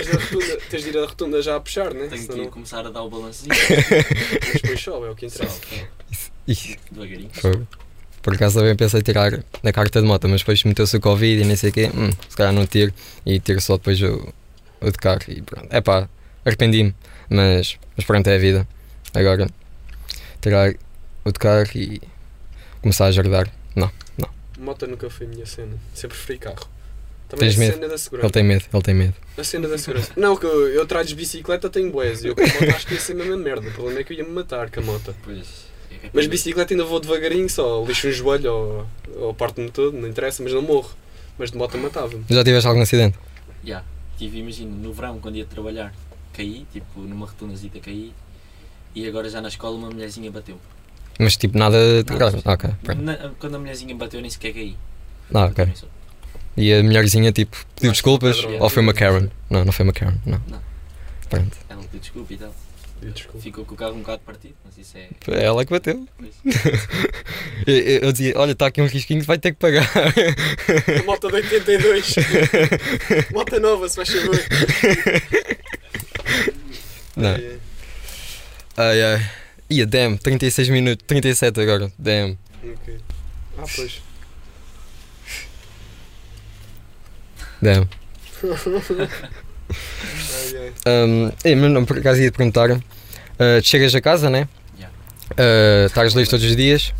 Speaker 4: de ir à rotunda, tens de ir à rotunda já a puxar, né?
Speaker 3: Tenho que
Speaker 4: Senão não.
Speaker 3: começar a dar o balancinho.
Speaker 4: Mas depois sobe, é o que
Speaker 3: Só,
Speaker 4: interessa.
Speaker 2: Ih,
Speaker 3: devagarinho.
Speaker 2: fogo. Por acaso também pensei tirar na carta de moto, mas depois meteu-se o Covid e nem sei o quê. Hum, se calhar não tiro e tiro só depois o, o de carro. E pronto. É pá, arrependi-me. Mas, mas pronto, é a vida. Agora, tirar o de carro e começar a jardar.
Speaker 4: Moto nunca foi a minha cena. Sempre preferi carro. Também
Speaker 2: Tens
Speaker 4: a
Speaker 2: medo?
Speaker 4: cena da
Speaker 2: Ele
Speaker 4: segurança.
Speaker 2: tem medo, ele tem medo.
Speaker 4: A cena da segurança. Não, que eu, eu trago de bicicleta tenho boés. Eu com a moto acho que ia ser a mesma merda. O problema é que eu ia me matar com a moto.
Speaker 3: Pois. é que é
Speaker 4: Mas
Speaker 3: perigoso.
Speaker 4: bicicleta ainda vou devagarinho só. Lixo um joelho ou, ou parto-me todo, não interessa, mas não morro. Mas de moto matava-me.
Speaker 2: Já tiveste algum acidente?
Speaker 3: Já, tive, imagino, no verão, quando ia trabalhar, caí, tipo, numa retunazita caí, e agora já na escola uma mulherzinha bateu.
Speaker 2: Mas tipo, nada. de
Speaker 3: Nada,
Speaker 2: grave.
Speaker 3: sim.
Speaker 2: Ah, ok, pronto.
Speaker 3: Na- quando a mulherzinha bateu, nem sequer caí.
Speaker 2: Ah,
Speaker 3: Eu
Speaker 2: ok.
Speaker 3: também sou.
Speaker 2: E a mulherzinha, tipo, pediu
Speaker 4: Não,
Speaker 2: desculpas?
Speaker 4: padrão.
Speaker 2: Ou foi uma Karen? Não, não foi uma Karen, não.
Speaker 3: Não.
Speaker 2: Pronto.
Speaker 3: Ela pediu desculpa e tal.
Speaker 4: E Desculpa.
Speaker 3: Ficou com o carro um bocado partido, mas isso é.
Speaker 2: Foi ela que bateu.
Speaker 3: Pois.
Speaker 2: Eu, eu- eu dizia, olha, está aqui um risquinho, vai ter que pagar.
Speaker 4: A moto de 82. moto nova, se faz favor.
Speaker 2: Não.
Speaker 4: É,
Speaker 2: Ai, ai. Ia, damn, 36 minutos, 37 agora, damn.
Speaker 4: ok. Ah, pois.
Speaker 2: Damn.
Speaker 4: Ai, ai.
Speaker 2: Um, ei, mas não, por acaso ia te perguntar, ah, tu chegas a casa, né?
Speaker 3: Yeah.
Speaker 2: Ah, estás livre todos os dias,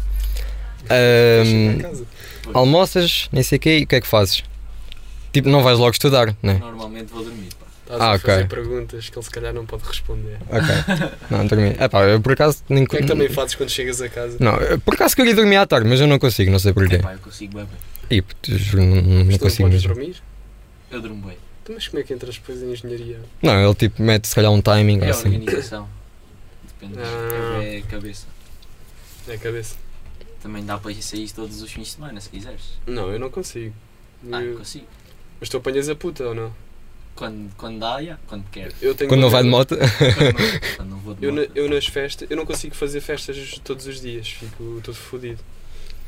Speaker 4: Chega
Speaker 2: Ah,
Speaker 4: a casa.
Speaker 2: almoças, nem sei o quê, e o que é que fazes? Tipo, não vais logo estudar, né?
Speaker 3: Normalmente vou dormir, pá.
Speaker 4: Estás
Speaker 2: Ah,
Speaker 4: a
Speaker 2: ok.
Speaker 4: fazer perguntas que ele se calhar não pode responder.
Speaker 2: Ok. Não, dormi. É pá, eu por acaso nem
Speaker 4: O que é que também fazes quando chegas a casa?
Speaker 2: Não, eu por acaso queria dormir à tarde, mas eu não consigo, não sei porquê.
Speaker 3: Pá, eu consigo beber.
Speaker 2: E puto, juro, não, não
Speaker 4: Mas tu não
Speaker 2: consigo
Speaker 4: podes
Speaker 2: mesmo.
Speaker 4: dormir?
Speaker 3: Eu durmo bem.
Speaker 4: Então, Mas como é que entras depois em engenharia?
Speaker 2: Não, ele tipo mete se calhar um timing ou
Speaker 3: É a
Speaker 2: assim.
Speaker 3: organização. Depende.
Speaker 4: Ah.
Speaker 3: É a cabeça.
Speaker 4: É a cabeça.
Speaker 3: Também dá para ir sair todos os fins de semana, se quiseres.
Speaker 4: Não, eu não consigo.
Speaker 3: Ah,
Speaker 4: Eu-
Speaker 3: consigo.
Speaker 4: Mas tu apanhas a puta ou não?
Speaker 3: Quando, quando dá, já. Quando quer.
Speaker 4: Eu tenho
Speaker 2: Quando não
Speaker 4: uma
Speaker 2: vai de
Speaker 4: merda.
Speaker 2: moto,
Speaker 3: Quando não, quando não vou de
Speaker 4: Eu, na-
Speaker 3: moto.
Speaker 4: eu nas festas, eu não consigo fazer festas todos os dias, fico todo fodido.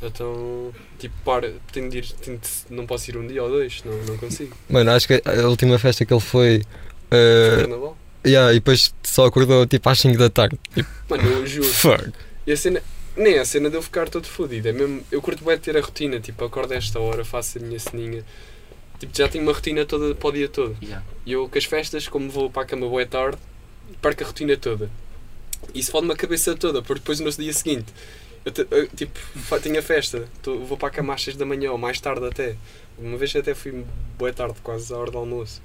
Speaker 4: Então, tipo, para, tenho de ir, tenho de- não posso ir um dia ou dois, não, não consigo.
Speaker 2: mano, acho que a última festa que ele foi.
Speaker 4: Foi
Speaker 2: eh,
Speaker 4: Carnaval?
Speaker 2: yeah, e depois só acordou tipo às 5 da tarde. Tipo,
Speaker 4: Mano, eu juro.
Speaker 2: fuck.
Speaker 4: E a cena, nem a cena de eu ficar todo fodido, é mesmo, eu curto bem ter a rotina, tipo, acordo a esta hora, faço a minha ceninha. Tipo, já tenho uma rotina toda para o dia todo.
Speaker 3: Já.
Speaker 4: E eu com as festas, como vou para a cama boa tarde, perco a rotina toda. Isso fode-me a cabeça toda, porque depois no dia seguinte, eu, te- eu, tipo, fa- tenho a festa, tô- vou para a cama às 6 da manhã ou mais tarde até. Uma vez até fui boa tarde, quase à hora do almoço.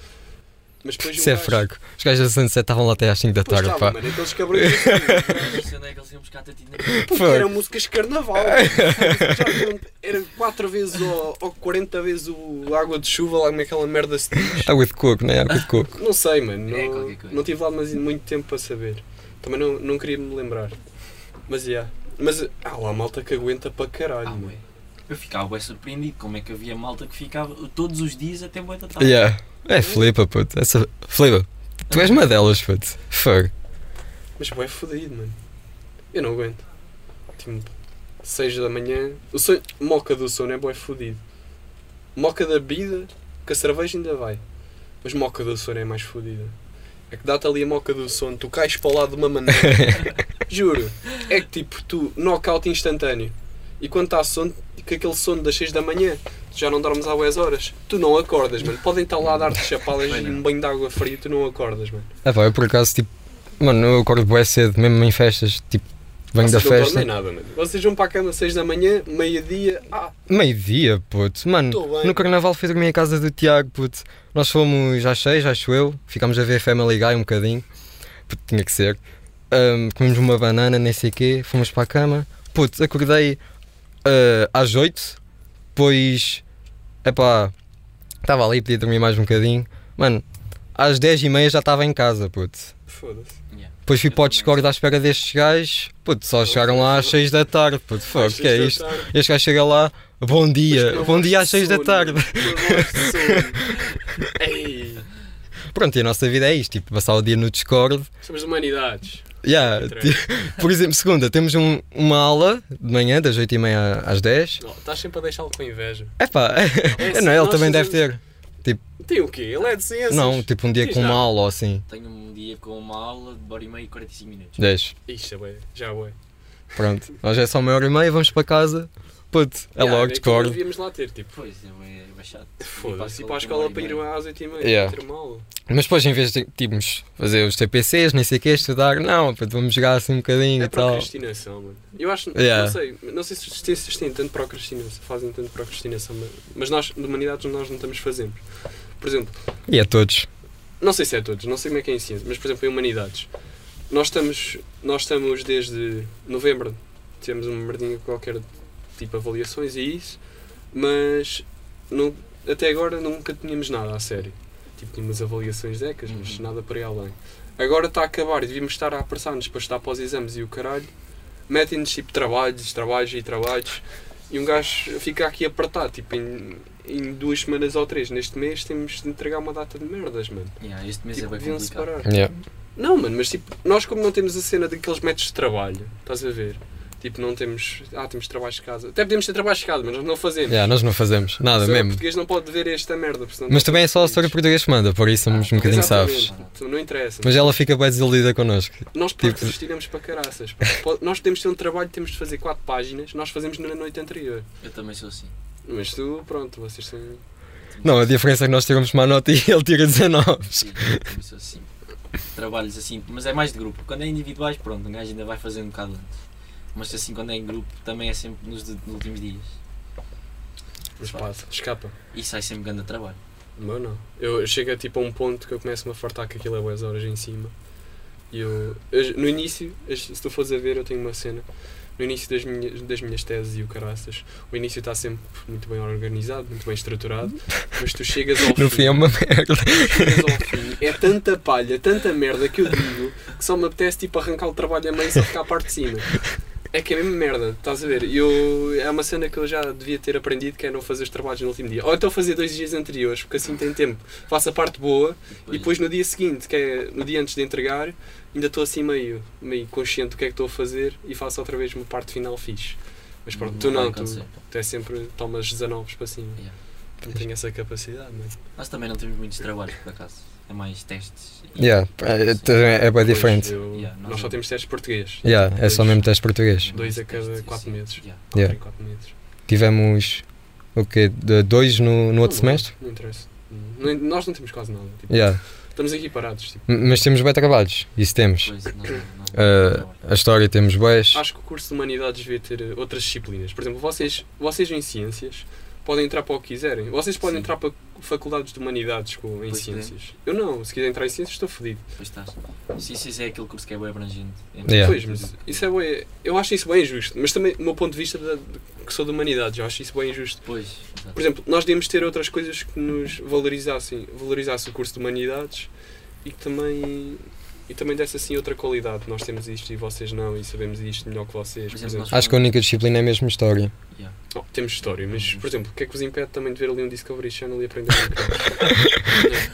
Speaker 4: Mas depois
Speaker 2: Isso é fraco. Os gajos da Sunset estavam lá até às 5 da
Speaker 4: um Pois
Speaker 2: tarde, pá.
Speaker 4: estava, mano, é aqueles cabrões
Speaker 3: Não sei onde é que eles iam buscar tantinho na cabeça.
Speaker 4: Porque
Speaker 2: Fuck.
Speaker 4: eram músicas de carnaval. Já eram- era 4 vezes ou, ou 40 vezes o Água de Chuva, lá como é aquela merda se diz.
Speaker 2: Água de coco, né? Água de coco.
Speaker 4: Não sei, mano. Não,
Speaker 3: É qualquer coisa.
Speaker 4: não tive lá mas, muito tempo para saber. Também não, não queria me lembrar. Mas já. Mas há lá malta que aguenta para caralho.
Speaker 3: Ah,
Speaker 4: mano.
Speaker 3: ué. Eu ficava bem surpreendido como é que havia malta que ficava todos os dias até boa da tarde.
Speaker 2: Yeah. É flipa, puto. Essa... Flipa. Tu és uma delas, puto. Fuck.
Speaker 4: Mas é fodido, mano. Eu não aguento. Tipo, 6 da manhã. O sonho, moca do sono é bué fodido. Moca da bebida, que a cerveja ainda vai. Mas moca do sono é mais fodida. É que dá-te ali a moca do sono, tu cais para o lado de uma maneira. Juro. É que tipo, tu, knockout instantâneo. E quando está sono, que aquele sono das 6 da manhã, tu já não dormes há boas horas. Tu não acordas, mano. Podem estar lá a dar-te chapadas
Speaker 3: Bem,
Speaker 4: e
Speaker 3: não.
Speaker 4: um banho de água fria e tu não acordas, mano.
Speaker 2: É pá, eu por acaso, tipo, mano, eu acordo bué cedo, mesmo em festas. Tipo, venho da
Speaker 4: Vocês Ah, não
Speaker 2: festa.
Speaker 4: dormem nada, mano. Vocês vão para a cama 6 da manhã, meio-dia. Ah,
Speaker 2: Meio-dia, puto. Mano,
Speaker 4: Tô bem.
Speaker 2: no carnaval fui dormir em casa do Tiago, puto. Nós fomos às seis, acho eu. Ficámos a ver Family Guy um bocadinho. Puto, tinha que ser. Ahm, comemos uma banana, nem sei o quê. Fomos para a cama. Puto, acordei ah, às oito. Depois, epá, estava ali, podia dormir mais um bocadinho. Mano, às dez e meia já estava em casa, puto.
Speaker 4: Foda-se.
Speaker 3: Yeah.
Speaker 2: Depois fui
Speaker 3: Eu
Speaker 2: para o
Speaker 3: também.
Speaker 2: Discord à espera destes gajos, puto, só chegaram lá às 6 da tarde, puto, fuck, que é
Speaker 4: Às seis
Speaker 2: isto?
Speaker 4: da tarde.
Speaker 2: Este gajo chega lá, bom dia,
Speaker 4: Mas é
Speaker 2: bom dia às 6 da
Speaker 4: sono,
Speaker 2: tarde.
Speaker 4: não gosto de sono. Ei,
Speaker 2: Pronto, e a nossa vida é isto, tipo, passar o dia no Discord.
Speaker 4: somos humanidades.
Speaker 2: Yeah,
Speaker 4: Entrei.
Speaker 2: ti- por exemplo, segunda, temos um- uma aula de manhã, das 8h30 às 10.
Speaker 4: Não, estás sempre a deixá-lo com inveja.
Speaker 2: Epá,
Speaker 4: É,
Speaker 2: não, ele
Speaker 4: nós
Speaker 2: também deve
Speaker 4: fazemos-
Speaker 2: ter.
Speaker 4: Tem o quê? Ele é de ciências.
Speaker 2: Não, tipo um dia
Speaker 4: Diz
Speaker 2: com uma
Speaker 4: lá.
Speaker 2: aula ou assim.
Speaker 3: Tenho um dia com uma aula de hora e meia e 45 minutos.
Speaker 2: 10.
Speaker 4: Isto é bué, já bué.
Speaker 2: Pronto, nós é só uma hora e meia, vamos para casa. Puto, é
Speaker 4: Yeah,
Speaker 2: logo,
Speaker 4: que
Speaker 2: Discord.
Speaker 4: Devíamos lá ter, tipo,
Speaker 3: Pois, é bué- é bué chato.
Speaker 4: foda-se,
Speaker 3: E para
Speaker 4: ir para
Speaker 3: a escola
Speaker 4: a escola para ir
Speaker 3: uma
Speaker 4: às 8h30
Speaker 2: Yeah.
Speaker 4: ter uma aula.
Speaker 2: Mas depois, em vez de tínhamos fazer os TPCs, nem sei o que, estudar, não, puto, vamos jogar assim um bocadinho
Speaker 4: É
Speaker 2: e tal.
Speaker 4: procrastinação, mano. Eu acho,
Speaker 2: Yeah.
Speaker 4: não sei, não sei se vocês se têm tanto procrastinação, fazem tanto procrastinação, mas- mas nós, de humanidades, nós não estamos fazendo. Por exemplo,
Speaker 2: E a todos.
Speaker 4: não sei se é todos, não sei como é que é em ciência, mas por exemplo, em humanidades, nós estamos, nós estamos desde novembro, temos uma merdinha qualquer de tipo avaliações e isso, mas não- até agora nunca tínhamos nada a sério. Tipo, tínhamos avaliações decas, mas
Speaker 3: Uhum.
Speaker 4: nada por aí além. Agora está a acabar e devíamos estar a apressar-nos para estar para os exames e o caralho. Metem-nos tipo trabalhos, trabalhos e trabalhos. E um gajo fica aqui apertado, tipo, em, em duas semanas ou três neste mês temos de entregar uma data de merdas, mano.
Speaker 3: Yeah, este mês
Speaker 4: Tipo,
Speaker 3: é bem
Speaker 4: deviam
Speaker 3: complicado.
Speaker 4: separar.
Speaker 2: Yeah.
Speaker 4: Não, mano, mas tipo, nós como não temos a cena daqueles métodos de trabalho, estás a ver? Tipo, não temos. Ah, temos trabalhos de casa. Até podemos ter trabalhos de casa, mas nós não fazemos.
Speaker 2: Yeah, nós não fazemos nada
Speaker 4: o senhor
Speaker 2: mesmo.
Speaker 4: português não pode ver esta merda. porque senão-
Speaker 2: Mas também é só a história portuguesa que manda, por isso somos um bocadinho
Speaker 4: Exatamente.
Speaker 2: sabes.
Speaker 4: Tu Não interessa.
Speaker 2: Mas ela fica bem desiludida connosco.
Speaker 4: Nós
Speaker 2: tipo-
Speaker 4: procrastinamos para caraças. pá. Pode- nós podemos ter um trabalho, temos de fazer quatro páginas, nós fazemos na noite anterior.
Speaker 3: Eu também sou assim.
Speaker 4: Mas tu, pronto, vocês têm.
Speaker 2: Não, a diferença é que nós tiramos uma nota e ele tira 19.
Speaker 3: Sim, eu também sou assim. Trabalhos assim, mas é mais de grupo. Quando é individuais, pronto, um gajo ainda vai fazer um bocado antes. Mas assim, quando é em grupo, também é sempre nos de- nos últimos dias.
Speaker 4: Mas passa, um escapa.
Speaker 3: E sai sempre grande trabalho.
Speaker 4: O meu não. Eu chego a, tipo a um ponto que eu começo-me a fartar que aquilo é boas horas em cima. E eu, eu- no início, as- se tu fores a ver, eu tenho uma cena. No início das minhas, das minhas teses e o caraças, o início está sempre muito bem organizado, muito bem estruturado, mas tu chegas ao
Speaker 2: No fim é uma merda.
Speaker 4: chegas ao fim, é tanta palha, tanta merda que eu digo que só me apetece tipo arrancar o trabalho a meio e só ficar a parte de cima. É que é mesmo merda, estás a ver? E Eu, é uma cena que eu já devia ter aprendido que é não fazer os trabalhos no último dia. Ou então fazer dois dias anteriores, porque assim tem tempo. Faço a parte boa e depois no dia seguinte, que é no dia antes de entregar, ainda estou assim meio, meio consciente do que é que estou a fazer e faço outra vez uma parte final fixe. Mas pronto, tu
Speaker 3: vai
Speaker 4: não, tu,
Speaker 3: acontecer.
Speaker 4: tu é sempre tomas 19 para cima.
Speaker 3: Yeah.
Speaker 4: Não tenho essa capacidade, não é?
Speaker 3: Nós também não temos muitos trabalhos, por acaso. É mais testes. e-
Speaker 2: Yeah, é, é bem
Speaker 4: Pois,
Speaker 2: diferente.
Speaker 4: eu-
Speaker 3: Yeah,
Speaker 4: nós,
Speaker 3: nós
Speaker 4: só
Speaker 3: não.
Speaker 4: temos testes português.
Speaker 2: Yeah, é só
Speaker 4: Dois.
Speaker 2: mesmo teste português.
Speaker 4: Dois a cada
Speaker 3: Testes e
Speaker 4: quatro
Speaker 3: assim.
Speaker 4: meses.
Speaker 3: Yeah.
Speaker 2: Yeah.
Speaker 4: Em quatro meses.
Speaker 2: Tivemos o quê? De- Dois no, no outro
Speaker 4: Não, não,
Speaker 2: semestre?
Speaker 4: Não interessa. Não- nós não temos quase nada. tipo,
Speaker 2: Yeah.
Speaker 4: Estamos aqui parados. tipo.
Speaker 2: M- Mas temos bem trabalhos, isso temos.
Speaker 3: Pois, não, não-
Speaker 2: Uh,
Speaker 3: não-
Speaker 2: a história temos boas.
Speaker 4: Acho que o curso de Humanidades devia ter eh, outras disciplinas. Por exemplo, vocês, vocês em Ciências podem entrar para o que quiserem. Vocês podem
Speaker 3: Sim.
Speaker 4: entrar para faculdades de Humanidades com, em
Speaker 3: Pois é.
Speaker 4: Ciências. Eu não. Se quiser entrar em Ciências, estou fodido.
Speaker 3: Pois estás. Ciências é aquele curso que é bem abrangente.
Speaker 2: Yeah.
Speaker 4: Pois, mas isso é bem, eu acho isso bem injusto. Mas também, do meu ponto de vista, da- de- que sou de Humanidades, eu acho isso bem injusto.
Speaker 3: Pois, exato.
Speaker 4: Por exemplo, nós devíamos ter outras coisas que nos valorizassem, valorizasse o curso de Humanidades e que também, e também desse assim outra qualidade. Nós temos isto e vocês não, e sabemos isto melhor que vocês.
Speaker 3: Por
Speaker 4: Por
Speaker 3: exemplo,
Speaker 4: exemplo,
Speaker 2: Acho que a única disciplina é mesmo história.
Speaker 4: Oh, temos história, mas por exemplo, o que é que vos impede também de ver ali um Discovery Channel e aprender um bocado?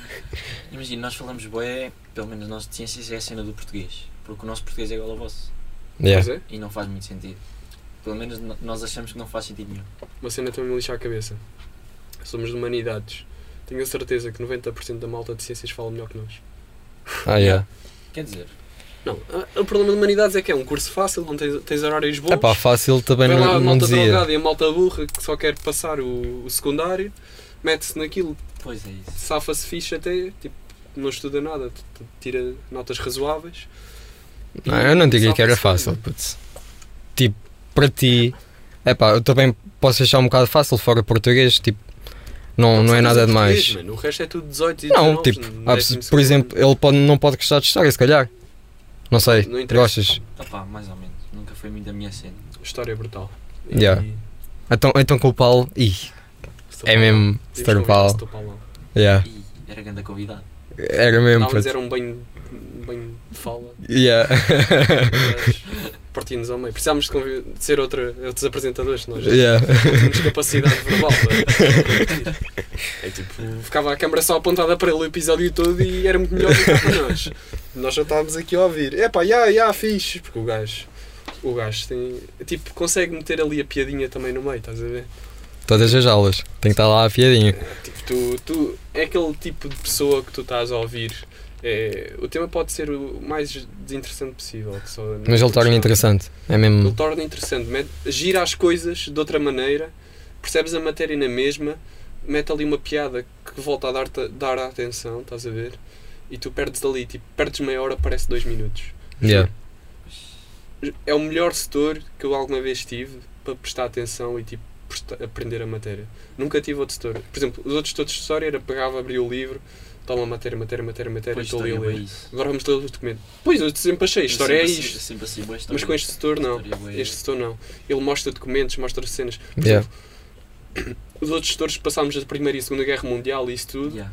Speaker 3: Imagina, nós falamos bué, pelo menos nós de ciências é a cena do português, porque o nosso português é igual ao vosso
Speaker 2: Yeah.
Speaker 4: Pois é,
Speaker 3: e não faz muito sentido. Pelo menos no- nós achamos que não faz sentido nenhum.
Speaker 4: uma cena também me lixa a cabeça. Somos de Humanidades. Tenho a certeza que 90% da malta de ciências fala melhor que nós.
Speaker 2: Ah, yeah.
Speaker 3: Quer dizer,
Speaker 4: Não, a- o problema de Humanidades é que é um curso fácil, não tens, tens horários bons.
Speaker 2: É pá, fácil também
Speaker 4: Vai lá
Speaker 2: não,
Speaker 4: a
Speaker 2: não
Speaker 4: malta
Speaker 2: dizia.
Speaker 4: drogada e a malta burra que só quer passar o, o secundário, mete-se naquilo,
Speaker 3: pois é isso.
Speaker 4: safa-se fixe até, tipo, não estuda nada, t- t- tira notas razoáveis.
Speaker 2: Não, Ah, eu não diria que era
Speaker 4: Safa-se.
Speaker 2: fácil, putz. Tipo, para ti. É pá, eu também posso achar um bocado fácil, fora português, tipo, não, não é
Speaker 4: Mas
Speaker 2: nada
Speaker 4: em
Speaker 2: de
Speaker 4: português,
Speaker 2: mais.
Speaker 4: mano, o resto é tudo 18 e é
Speaker 2: Não,
Speaker 4: 19,
Speaker 2: tipo,
Speaker 4: no
Speaker 2: há-
Speaker 4: décimo
Speaker 2: por
Speaker 4: segundo.
Speaker 2: exemplo, ele pode, não pode gostar de história, se calhar. Não sei,
Speaker 4: um Não interessa.
Speaker 2: gostas?
Speaker 3: Opá, mais ou menos. Nunca foi muito a minha cena.
Speaker 4: História brutal.
Speaker 2: Yeah. Então, então com o Paulo, ih,
Speaker 4: Então,
Speaker 2: é mesmo
Speaker 4: um
Speaker 2: Sr. Paulo.
Speaker 4: Paulo.
Speaker 2: Yeah.
Speaker 4: Ah.
Speaker 3: E era grande a convidado.
Speaker 2: Era mesmo,
Speaker 4: Dávamos
Speaker 2: puto.
Speaker 4: era um banho banho de fala.
Speaker 2: Yeah.
Speaker 4: mas Partimos ao meio. Precisámos de, convi- de ser outra, outros apresentadores, nós já
Speaker 2: yeah.
Speaker 4: temos capacidade verbal. para- É tipo, ficava a câmara só apontada para ele o episódio todo e era muito melhor do que para nós. Nós já estávamos aqui a ouvir. Epá, já, já, fixe. Porque o gajo, o gajo tem, tipo, consegue meter ali a piadinha também no meio, estás a ver?
Speaker 2: Todas as aulas. Tem que estar lá a fiadinha.
Speaker 4: Tipo, tu, tu é aquele tipo de pessoa que tu estás a ouvir. É, o tema pode ser o mais desinteressante possível. que só-
Speaker 2: Mas ele torna interessante. É
Speaker 3: Hum.
Speaker 4: Ele
Speaker 2: mesmo.
Speaker 4: torna interessante. Mete, gira as coisas de outra maneira, percebes a matéria na mesma, mete ali uma piada que volta a dar, dar a atenção, estás a ver? E tu perdes ali, tipo, perdes meia hora, parece dois minutos.
Speaker 2: Yeah.
Speaker 4: É o melhor setor que eu alguma vez tive para prestar atenção e, tipo, presta- aprender a matéria. Nunca tive outro setor. Por exemplo, os outros setores de história era pegava, abria o livro, toma matéria, matéria, matéria, matéria,
Speaker 3: Pois
Speaker 4: estou ali a
Speaker 3: história, é
Speaker 4: ler.
Speaker 3: bué isso.
Speaker 4: Agora vamos ler os documentos. Pois, eu sempre achei,
Speaker 3: Eu
Speaker 4: história é
Speaker 3: sempre
Speaker 4: isto.
Speaker 3: assi- Sempre assim, boa história.
Speaker 4: Mas com este setor, não.
Speaker 3: História é bué-
Speaker 4: Este setor não. Ele mostra documentos, mostra cenas. Por
Speaker 2: Yeah.
Speaker 4: exemplo, Os outros setores passámos da Primeira e Segunda Guerra Mundial e isso tudo.
Speaker 3: Yeah.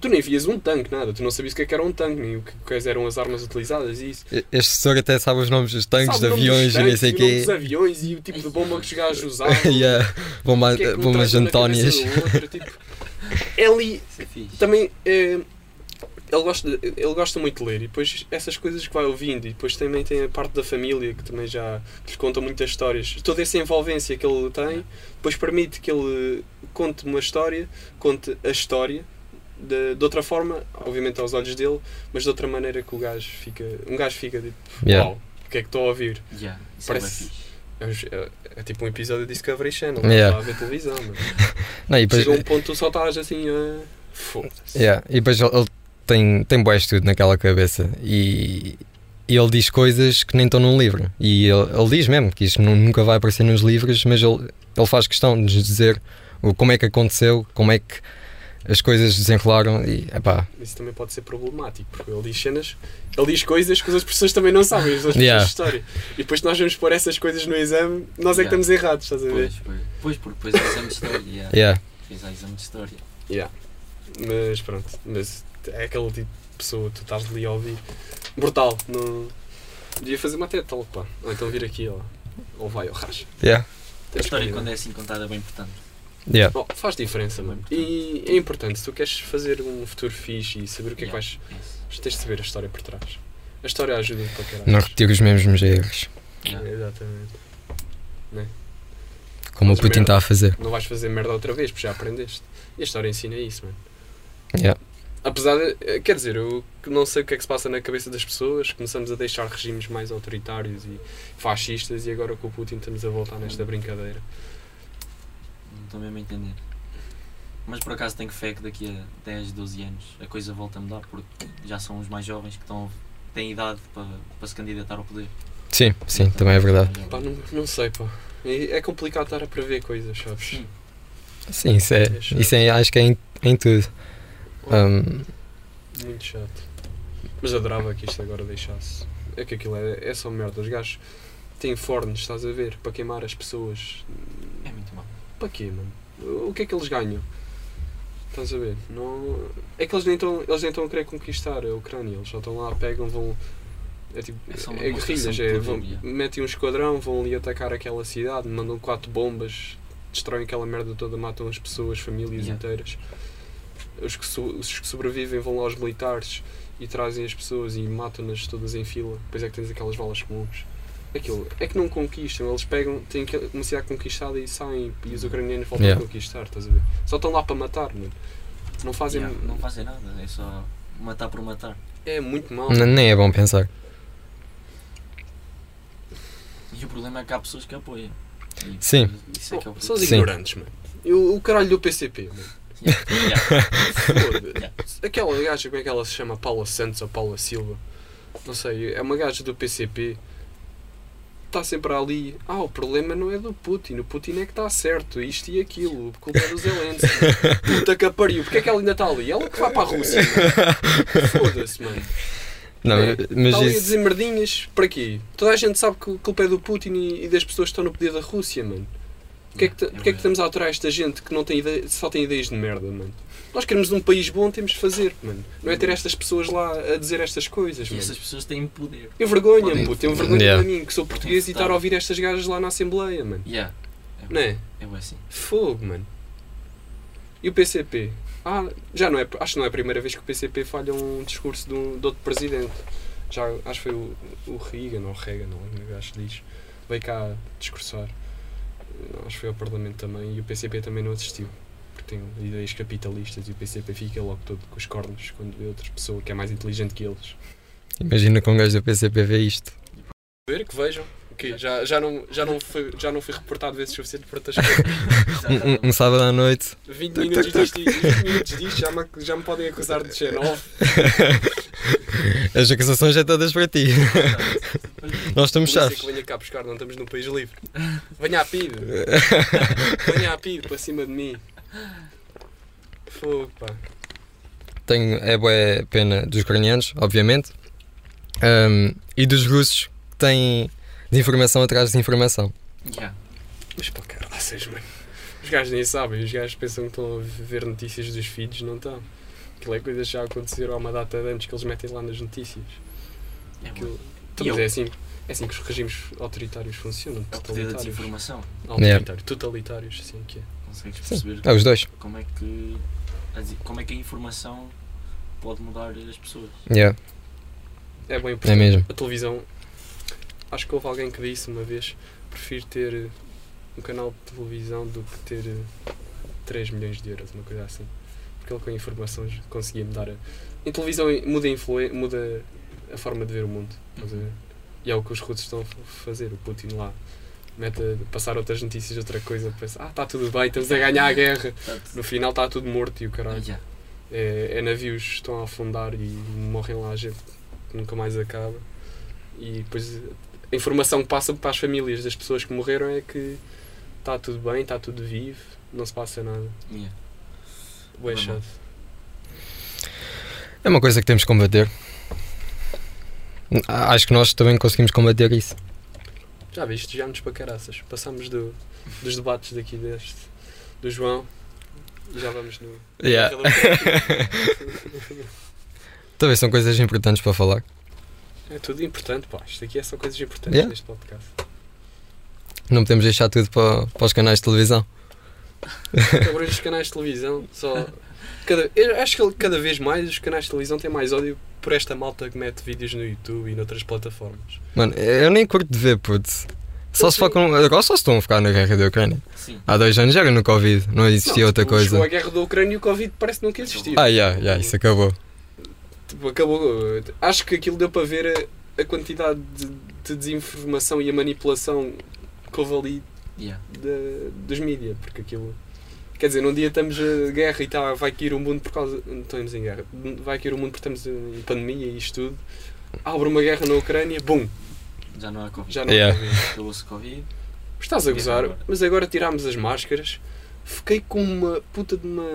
Speaker 4: Tu nem vias um tanque, nada. Tu não sabias o que é que era um tanque, nem o que quais eram as armas utilizadas e isso.
Speaker 2: Este setor até sabe os nomes dos tanques, de
Speaker 4: Sabe o nome dos
Speaker 2: aviões e nem sei o
Speaker 4: tanques, o nome dos
Speaker 2: quê.
Speaker 4: aviões e o tipo de bomba que os gajos usavam.
Speaker 2: yeah.
Speaker 4: o
Speaker 2: Bomba,
Speaker 4: que é que um
Speaker 2: bombas
Speaker 4: traz um na cabeça
Speaker 2: Antónias.
Speaker 4: do outro, tipo. É ali
Speaker 3: Isso é fixe.
Speaker 4: também é, ele, gosta, ele gosta muito de ler e depois essas coisas que vai ouvindo e depois também tem a parte da família que também já lhes conta muitas histórias toda essa envolvência que ele tem depois permite que ele conte uma história conte a história de, de outra forma, obviamente aos olhos dele mas de outra maneira que o gajo fica um gajo fica tipo,
Speaker 2: Yeah.
Speaker 4: uau, o que é que estou a ouvir?
Speaker 3: Yeah, isso é
Speaker 4: Parece-
Speaker 3: bué fixe.
Speaker 4: É, os- é- é tipo um episódio de Discovery Channel,
Speaker 2: Yeah.
Speaker 4: não está a ver televisão mas
Speaker 2: Não, e depois,
Speaker 4: chega um ponto tu só estás assim a... foda-se.
Speaker 2: yeah. e depois ele, ele tem, tem boé estudo naquela cabeça. E, e ele diz coisas que nem estão num livro. E ele, ele diz mesmo que isto nu- nunca vai aparecer nos livros, mas ele, ele faz questão de nos dizer o, como é que aconteceu, como é que as coisas desenrolaram. E epá,
Speaker 4: isso também pode ser problemático, porque ele diz cenas, ele diz coisas que as outras pessoas também não sabem, as outras
Speaker 2: Yeah.
Speaker 4: pessoas de história. E depois nós vamos pôr essas coisas no exame, nós é
Speaker 3: Yeah.
Speaker 4: que estamos errados, estás a ver?
Speaker 3: Pois, pois, pois, porque depois há exame de história. Yeah.
Speaker 2: yeah.
Speaker 3: Fiz há exame de história.
Speaker 4: Mas pronto, mas é aquele tipo de pessoa que tu estás ali a ouvir. Brutal, não. Devia fazer uma TED Talk, pá. Ou então vir aqui, ó. Ou vai, ou racha.
Speaker 2: Yeah.
Speaker 3: A história, quando
Speaker 4: é.
Speaker 3: é assim contada, é bem importante.
Speaker 2: Yeah.
Speaker 4: faz diferença, mano. E é importante, se tu queres fazer um futuro fixe e saber o que é que vais.
Speaker 3: Isso.
Speaker 4: Tens de saber a história por trás. A história ajuda de qualquer
Speaker 2: Não tipo, repetir os mesmos erros,
Speaker 4: É.
Speaker 3: Yeah.
Speaker 4: Exatamente.
Speaker 2: como
Speaker 4: Mas
Speaker 2: o Putin
Speaker 4: merda.
Speaker 2: está a fazer.
Speaker 4: não vais fazer merda outra vez, porque já aprendeste. E a história ensina isso, mano.
Speaker 2: Yeah.
Speaker 4: Apesar de, eh, quer dizer, eu que não sei o que é que se passa na cabeça das pessoas, começamos a deixar regimes mais autoritários e fascistas e agora com o Putin estamos a voltar nesta brincadeira.
Speaker 3: Não estou mesmo a entender. Mas por acaso tenho fé que daqui a 10, 12 anos a coisa volta a mudar, porque já são os mais jovens que estão, têm idade para, para se candidatar ao poder.
Speaker 2: Sim, sim, também é verdade.
Speaker 4: Pá, não, não sei, pá. É, é complicado estar a prever coisas, sabes?
Speaker 3: Sim.
Speaker 2: Sim, isso, é,
Speaker 4: Deixa.
Speaker 2: isso é- acho que é em, em tudo. Um,
Speaker 4: Muito chato. Mas adorava que isto agora deixasse. É que aquilo é, é só merda. Os gajos têm fornos, estás a ver, para queimar as pessoas.
Speaker 3: É muito mal.
Speaker 4: Para quê, mano? O que é que eles ganham? Estás a ver? Não... É que eles nem estão eles nem estão a querer conquistar a Ucrânia. Eles só estão lá, pegam, vão. É tipo.
Speaker 3: É só uma
Speaker 4: É
Speaker 3: demonstração
Speaker 4: guerrilhas.
Speaker 3: de
Speaker 4: É,
Speaker 3: poder,
Speaker 4: vão,
Speaker 3: yeah.
Speaker 4: metem um esquadrão, vão ali atacar aquela cidade, mandam quatro bombas, destroem aquela merda toda, matam as pessoas, famílias
Speaker 3: Yeah.
Speaker 4: inteiras. Os que, so- os que sobrevivem vão lá aos militares e trazem as pessoas e matam-nas todas em fila. Depois é que tens aquelas valas comuns. Aquilo. É que não conquistam, eles pegam, têm que- uma cidade conquistada e saem e os ucranianos voltam
Speaker 2: Yeah.
Speaker 4: a conquistar, estás a ver? Só estão lá para matar, mano. Não fazem.
Speaker 3: Yeah, É, Não fazem nada, é só matar por matar.
Speaker 4: É muito mal.
Speaker 2: n- nem é bom pensar.
Speaker 3: E o problema é que há pessoas que apoiam. E
Speaker 2: Sim.
Speaker 3: Isso é que é o
Speaker 4: São os
Speaker 3: problema.
Speaker 2: Sim.
Speaker 4: ignorantes, mano. Eu, o caralho do PCP, mano.
Speaker 3: Yeah.
Speaker 4: Foda. Aquela gaja, como é que ela se chama? Paula Santos ou Paula Silva? Não sei, é uma gaja do PCP. Está sempre ali. Ah, o problema não é do Putin. O Putin é que está certo. Isto e aquilo. A culpa é do Zelensky. Puta que a pariu. Porquê é que ela ainda está ali? Ela que vai para a Rússia. mano. Foda-se, mano.
Speaker 2: Não,
Speaker 4: É,
Speaker 2: mas
Speaker 4: Está ali a
Speaker 2: isso.
Speaker 4: dizer merdinhas. Para quê? Toda a gente sabe que a culpa é do Putin e, e das pessoas que estão no poder da Rússia, mano. Porquê é que, ta- porquê é que estamos a aturar esta gente que não tem ideia, só tem ideias de merda, mano? Nós queremos um país bom, temos de fazer, mano. Não é ter estas pessoas lá a dizer estas coisas,
Speaker 3: Uhum. E
Speaker 4: mano.
Speaker 3: essas pessoas têm poder.
Speaker 4: Eu vergonha,
Speaker 3: Podem-
Speaker 4: me tenho vergonha
Speaker 2: Yeah.
Speaker 4: de mim, que sou português e estar a ouvir estas gajas lá na Assembleia, mano.
Speaker 3: Yeah,
Speaker 4: Não é?
Speaker 3: é bué assim.
Speaker 4: Fogo, mano. E o PCP? Ah, já não é, acho que não é a primeira vez que o PCP falha um discurso de, um, de outro presidente. Já, acho que foi o, o Reagan, ou Reagan, não lembro, o gajo que diz. Veio cá discursar. Eh, Acho que foi ao Parlamento também e o PCP também não assistiu. Porque tem ideias capitalistas e o PCP fica logo todo com os cornos quando vê outra pessoa que é mais inteligente que eles.
Speaker 2: Imagina com um gajo da PCP vê isto.
Speaker 4: Ver que vejam. Que já, já, não, já, não foi, já não fui reportado vezes suficiente para outras coisas.
Speaker 3: Ah.
Speaker 2: Um, um- um sábado à noite.
Speaker 4: 20 minutos disto, e 20 minutos disto já, me, já me podem acusar de xenófobo.
Speaker 2: As acusações já todas para ti. Nós
Speaker 4: Não
Speaker 2: estamos
Speaker 4: sei é que
Speaker 2: chaves.
Speaker 4: venha cá buscar, não estamos num país livre. Venha à PIDE. Venha à PIDE para cima de mim. Fogo, pá.
Speaker 2: Tenho, é boa pena dos ucranianos, obviamente. Ahm, e dos russos que têm desinformação atrás de desinformação.
Speaker 3: Yeah.
Speaker 4: Mas pá, caraças, mano. Os gajos nem sabem, os gajos pensam que estão a ver notícias dos filhos, não estão. Aquilo é coisas que já aconteceram há uma data de antes que eles metem lá nas notícias.
Speaker 3: É bué.
Speaker 4: Aquilo...
Speaker 3: E
Speaker 4: Mas
Speaker 3: eu?
Speaker 4: é assim, é assim que os regimes autoritários funcionam.
Speaker 3: É o poder da
Speaker 4: Totalitários.
Speaker 3: desinformação.
Speaker 4: Autoritários, totalitários, assim que é.
Speaker 3: Consegues perceber
Speaker 2: Ah, os dois.
Speaker 3: como é que a desi- como é que a informação pode mudar as pessoas.
Speaker 2: Yeah,
Speaker 4: É bem importante.
Speaker 2: é mesmo.
Speaker 4: A televisão, acho que houve alguém que disse uma vez: prefiro ter eh, um canal de televisão do que ter eh, 3 milhões de euros, uma coisa assim. Porque ele com informações conseguia mudar. A... Em televisão eh, muda a, influen- muda a forma de ver o mundo. estás a ver? E é o que os russos estão a f- fazer, o Putin lá. Mete a passar outras notícias, outra coisa, pensa, ah, está tudo bem, estamos a ganhar a guerra.
Speaker 3: Portanto,
Speaker 4: No final está tudo morto e o caralho.
Speaker 3: yeah.
Speaker 4: É, é navios que estão a afundar e morrem lá gente que nunca mais acaba. E depois a informação que passa para as famílias das pessoas que morreram é que está tudo bem, está tudo vivo, não se passa nada.
Speaker 3: Yeah.
Speaker 4: Ué,
Speaker 3: Não.
Speaker 4: chato.
Speaker 2: É uma coisa que temos que combater. Ah, Acho que nós também conseguimos combater isso.
Speaker 4: Já viste, já nos para caraças. Passamos do- dos debates daqui deste, do João, e já vamos no.
Speaker 2: Yeah.
Speaker 4: é
Speaker 2: Talvez são coisas importantes para falar.
Speaker 4: É tudo importante, pá. Isto aqui é só coisas importantes
Speaker 2: Yeah.
Speaker 4: neste podcast.
Speaker 2: Não podemos deixar tudo para, para os canais de televisão.
Speaker 4: Sobre os canais de televisão, só. Cada, eu acho que cada vez mais os canais de televisão têm mais ódio por esta malta que mete vídeos no YouTube e noutras plataformas.
Speaker 2: Mano, eu nem curto de ver, puto. Só se focam. Agora só se estão a focar na guerra da Ucrânia.
Speaker 3: Sim.
Speaker 2: Há dois anos era no Covid, não existia
Speaker 4: Não,
Speaker 2: é outra
Speaker 4: tipo, Chegou a
Speaker 2: coisa.
Speaker 4: guerra da Ucrânia e o Covid parece que nunca existiu.
Speaker 2: Ah, yeah, yeah, isso acabou.
Speaker 4: Tipo, acabou. Acho que aquilo deu para ver a, a quantidade de, de desinformação e a manipulação que houve ali
Speaker 3: Yeah.
Speaker 4: da- dos mídias, porque aquilo. Quer dizer, num dia estamos a guerra e tá, vai cair o mundo por causa. não Estamos em guerra. Vai cair o mundo porque estamos em pandemia e isto tudo. Abre uma guerra na Ucrânia, bum!
Speaker 3: Já não há Covid.
Speaker 4: Já não
Speaker 2: Yeah.
Speaker 4: há
Speaker 3: Acabou-se Covid.
Speaker 4: Estás a gozar,
Speaker 3: agora.
Speaker 4: mas agora tirámos as máscaras. Fiquei com uma puta de uma,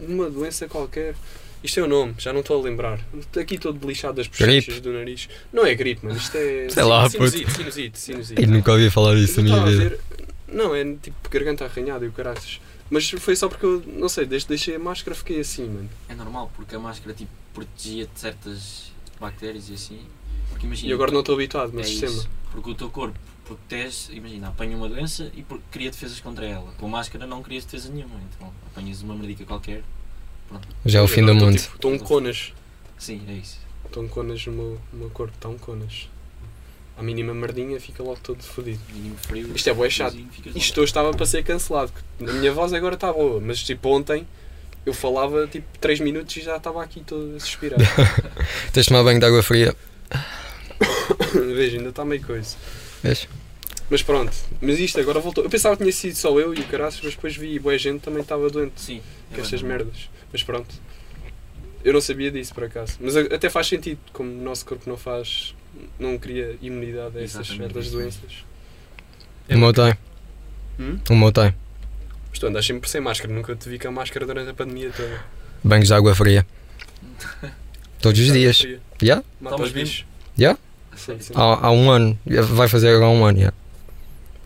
Speaker 4: de uma doença qualquer. Isto é o nome, já não estou a lembrar. Aqui todo lixado das bochechas
Speaker 2: Gripe.
Speaker 4: do nariz. Não é gripe, mano. Isto é.
Speaker 2: Sei lá, puto.
Speaker 4: sinusite, sinusite, sinusite.
Speaker 2: E nunca ouvi falar disso na
Speaker 4: Eu
Speaker 2: minha
Speaker 4: estava a
Speaker 2: vida.
Speaker 4: ver- Não, é tipo garganta arranhada e o caraças. Mas foi só porque eu, não sei, desde que deixei a máscara fiquei assim, mano.
Speaker 3: É normal porque a máscara tipo protegia de certas bactérias e assim. Porque imagina.
Speaker 4: E agora não estou habituado,
Speaker 3: é
Speaker 4: mas sistema.
Speaker 3: isso. Porque o teu corpo protege, imagina, apanha uma doença e por- cria defesas contra ela. Com máscara não crias defesa nenhuma, então apanhas uma merdica qualquer.
Speaker 2: Já é o
Speaker 4: Eu
Speaker 2: fim
Speaker 4: agora
Speaker 2: do
Speaker 4: estou,
Speaker 2: mundo.
Speaker 4: tipo, Estou um conas.
Speaker 3: Sim, é isso.
Speaker 4: Estou um conas no meu, no meu corpo, está um conas. A mínima merdinha fica logo todo fodido.
Speaker 3: Mínimo frio.
Speaker 4: Isto é bué chato.
Speaker 3: friozinho, ficas
Speaker 4: Isto hoje estava para ser cancelado. que A minha voz agora está boa, mas tipo ontem eu falava tipo 3 minutos e já estava aqui todo a suspirar. tipo-
Speaker 2: Tens de tomar banho de água fria.
Speaker 4: Veja, ainda está meio coisa.
Speaker 2: Vês?
Speaker 4: Mas pronto, mas isto agora voltou. Eu pensava que tinha sido só eu e o caraças, mas depois vi boa gente também estava doente
Speaker 3: Sim. é
Speaker 4: com
Speaker 3: bué
Speaker 4: estas
Speaker 3: normal.
Speaker 4: merdas. Mas pronto. Eu não sabia disso por acaso. Mas a- até faz sentido, como o nosso corpo não faz. não cria imunidade a essas
Speaker 3: Exatamente,
Speaker 4: merdas
Speaker 3: isso mesmo.
Speaker 4: doenças.
Speaker 2: O meu tem.
Speaker 4: Hum?
Speaker 2: O meu tem.
Speaker 4: Mas tu andas sempre sem máscara, nunca te vi com a máscara durante a pandemia toda.
Speaker 2: Banhos de água fria. Todos os dias.
Speaker 4: Fria.
Speaker 2: Yeah?
Speaker 4: Mata
Speaker 3: Tomas
Speaker 4: os bichos.
Speaker 2: Yeah?
Speaker 3: A sério?
Speaker 4: Sim, sim.
Speaker 2: Há, há um ano. Vai fazer agora um ano, yeah.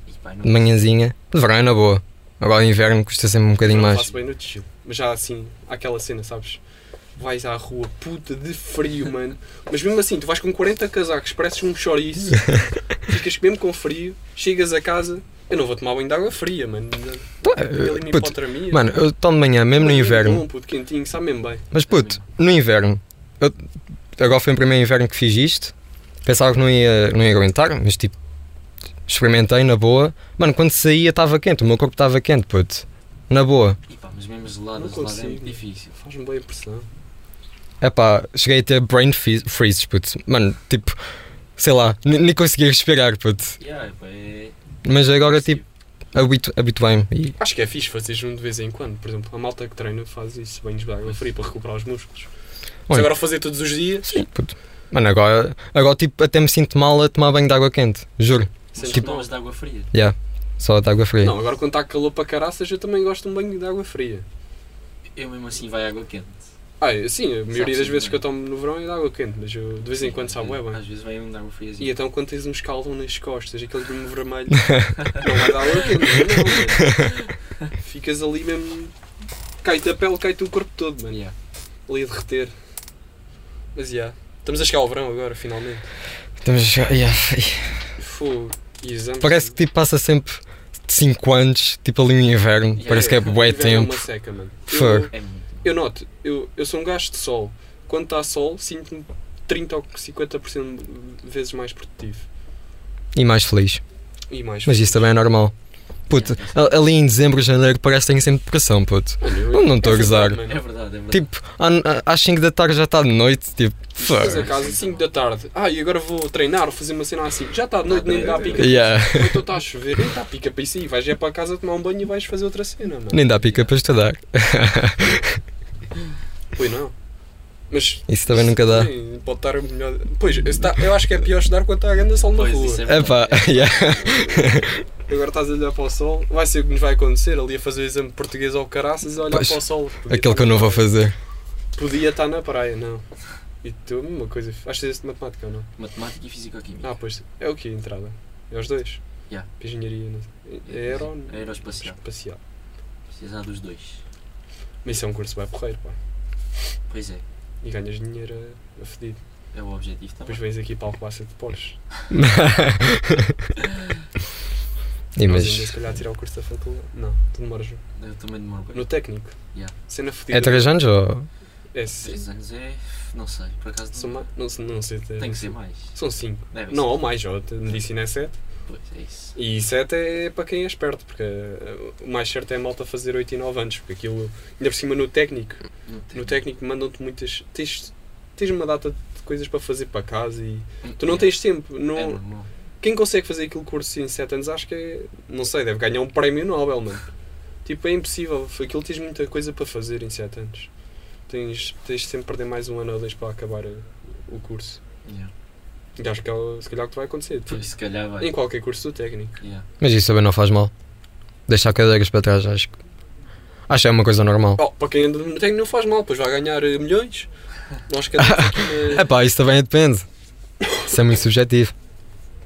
Speaker 3: E Pá, não-
Speaker 2: de manhãzinha. De verão é na boa. Agora o inverno custa sempre um bocadinho
Speaker 4: não
Speaker 2: mais.
Speaker 4: faço bem no chill. Mas já assim, há aquela cena, sabes? Vais à rua, puta de frio, mano. Mas mesmo assim, tu vais com 40 casacos, pareces um chouriço, ficas mesmo com frio, chegas a casa, eu não vou tomar banho de água fria, mano.
Speaker 2: Tá,
Speaker 4: Tenho ali uma
Speaker 2: puto,
Speaker 4: hipotermia.
Speaker 2: mano, eu tomo de manhã, mesmo no
Speaker 4: Mas
Speaker 2: inverno.
Speaker 4: Bom, puto, quentinho, sabe mesmo bem.
Speaker 2: Mas puto, no inverno, eu- agora foi o primeiro inverno que fiz isto. Pensava que não ia, não ia aguentar, mas tipo, experimentei na boa. Mano, quando saía estava quente, o meu corpo estava quente, puto. Na boa.
Speaker 3: E pá, mas mesmo gelado, gelado
Speaker 4: Não
Speaker 3: é muito
Speaker 4: consigo.
Speaker 3: difícil.
Speaker 4: Faz-me boa impressão.
Speaker 2: É pá, cheguei a ter brain fee- freezes, puto. Mano, tipo, sei lá, nem nem conseguia respirar, puto.
Speaker 3: Yeah, pá, é...
Speaker 2: Mas agora, tipo, habitu- habituei-me. E
Speaker 4: Acho que é fixe fazeres um de vez em quando. Por exemplo, a malta que treina faz isso, banhos de água fria para recuperar os músculos. Mas
Speaker 2: Oi.
Speaker 4: agora fazer todos os dias,
Speaker 2: Sim, puto. Mano, agora, agora tipo, até me sinto mal a tomar banho de água quente, juro.
Speaker 3: Mas
Speaker 4: Tipo-
Speaker 3: tipo... tomas de água fria.
Speaker 2: Só de água fria.
Speaker 4: não, agora quando está calor para caraças, eu também gosto de um banho de água fria.
Speaker 3: Eu mesmo assim vai água quente.
Speaker 4: Ah, eu- sim, a maioria das
Speaker 3: sempre
Speaker 4: vezes
Speaker 3: bem.
Speaker 4: que eu tomo no verão é de água quente, mas eu de vez em quando sabe, é bem.
Speaker 3: Às vezes vai mesmo de água fria. assim.
Speaker 4: E então quando tens um escaldão nas costas, aquele gume vermelho, não é de água quente, não, mano. Ficas ali mesmo. Cai-te a pele, cai-te o corpo todo, mano.
Speaker 3: Yeah.
Speaker 4: Ali a derreter. Mas já. Estamos a chegar ao verão agora, finalmente.
Speaker 2: Estamos a chegar- yeah.
Speaker 4: Fogo. E exames.
Speaker 2: Então, Parece que tipo, passa sempre 5 anos, tipo ali no inverno.
Speaker 3: Yeah,
Speaker 2: Parece que é bué
Speaker 4: Inverno é
Speaker 2: tempo.
Speaker 4: uma seca, mano.
Speaker 2: Fogo.
Speaker 4: Eu,
Speaker 3: É muito.
Speaker 4: eu noto, eu, eu sou um gajo de sol. Quando está sol, sinto-me 30 ou 50% vezes mais produtivo.
Speaker 2: E mais feliz.
Speaker 4: E mais
Speaker 2: Mas isso também é normal. Puto, a- ali em dezembro, janeiro, parece que tenho sempre depressão, puto. Eu não tô a gozar.
Speaker 3: É verdade, é verdade.
Speaker 2: Tipo, à- à- às 5 da tarde já está de noite, tipo,
Speaker 4: Depois a
Speaker 2: fuck.
Speaker 4: casa, 5 da tarde. Ah, e agora vou treinar, vou fazer uma cena assim. Já está de noite, nem dá a pica.
Speaker 2: Yeah.
Speaker 4: Ou então está a chover, nem dá a pica para isso aí. Vais já para casa tomar um banho e vais fazer outra cena, mano.
Speaker 2: Nem dá pica para estudar.
Speaker 4: Pois não. Mas.
Speaker 2: Isso também nunca dá.
Speaker 4: Sim, Pode estar melhor. Pois, esse tá- eu acho que é pior estudar quando está a grande sol na
Speaker 3: Pois,
Speaker 4: rua.
Speaker 3: isso é verdade.
Speaker 2: Epá, yeah.
Speaker 4: Agora estás a olhar para o sol, vai ser o que nos vai acontecer ali a fazer o exame de português ao caraças a olhar
Speaker 2: Pois,
Speaker 4: para o sol.
Speaker 2: aquele
Speaker 4: Podia estar
Speaker 2: que eu
Speaker 4: na
Speaker 2: não vou
Speaker 4: praia.
Speaker 2: fazer.
Speaker 4: Podia estar na praia, não. E tu, uma coisa. Acho que de matemática ou não?
Speaker 3: É Matemática e Físico-Química.
Speaker 4: Ah, pois. É o que? Entrada? É os dois?
Speaker 3: Já.
Speaker 4: Para Engenharia. Não sei. É aero ou não?
Speaker 3: Aeroespacial.
Speaker 4: espacial.
Speaker 3: Precisar dos dois.
Speaker 4: Mas isso é um curso bem porreiro, pá.
Speaker 3: Pois é,
Speaker 4: E ganhas dinheiro a, a fedido.
Speaker 2: Tá
Speaker 3: é o objetivo também.
Speaker 4: Depois vens aqui para a Alcobaça de Porsche.
Speaker 2: E
Speaker 4: Mas é ainda
Speaker 2: mas
Speaker 4: se calhar tirar o curso da faculdade. Não, tu demoras.
Speaker 3: Eu também demoro
Speaker 4: No
Speaker 3: bem.
Speaker 4: técnico.
Speaker 3: Já.
Speaker 4: Cena
Speaker 2: é
Speaker 4: fedida.
Speaker 2: 3 anos ou.
Speaker 4: É, sim.
Speaker 3: Três anos é. Não sei, por acaso.
Speaker 4: São
Speaker 3: não-
Speaker 4: ma- não, se- não sei.
Speaker 3: Tem que ser mais.
Speaker 4: São 5.
Speaker 2: É
Speaker 3: Deve
Speaker 4: Não,
Speaker 3: ser.
Speaker 4: ou mais. Ou, medicina é 7.
Speaker 3: Pois é isso.
Speaker 4: E 7 é para quem é esperto. Porque eh, o mais certo é a malta fazer 8 e 9 anos. Porque aquilo, ainda por cima no técnico.
Speaker 3: No
Speaker 4: No
Speaker 3: técnico.
Speaker 4: técnico mandam-te muitas. Tens, tens uma data de coisas para fazer para casa e tu não tens tempo.
Speaker 3: É
Speaker 4: Não,
Speaker 3: normal.
Speaker 4: quem consegue fazer aquele curso em 7 anos acho que é. Não sei, deve ganhar um prémio Nobel, mano. Tipo, é impossível. Aquilo tens muita coisa para fazer em 7 anos. Tens, tens de sempre perder mais um ano ou dois para acabar eh, o curso.
Speaker 3: Yeah.
Speaker 4: E acho que é o- se calhar o que vai acontecer. tipo,
Speaker 3: Pois, Se calhar vai.
Speaker 4: em qualquer curso do técnico.
Speaker 3: Yeah.
Speaker 2: Mas isso também não faz mal. Deixar cadeiras para trás, acho que. Acho que é uma coisa normal.
Speaker 4: Oh, para quem anda no técnico não faz mal, pois vai ganhar eh, milhões. Nós que eh, andamos aqui na-
Speaker 2: É pá, isso também depende. Isso é muito subjetivo.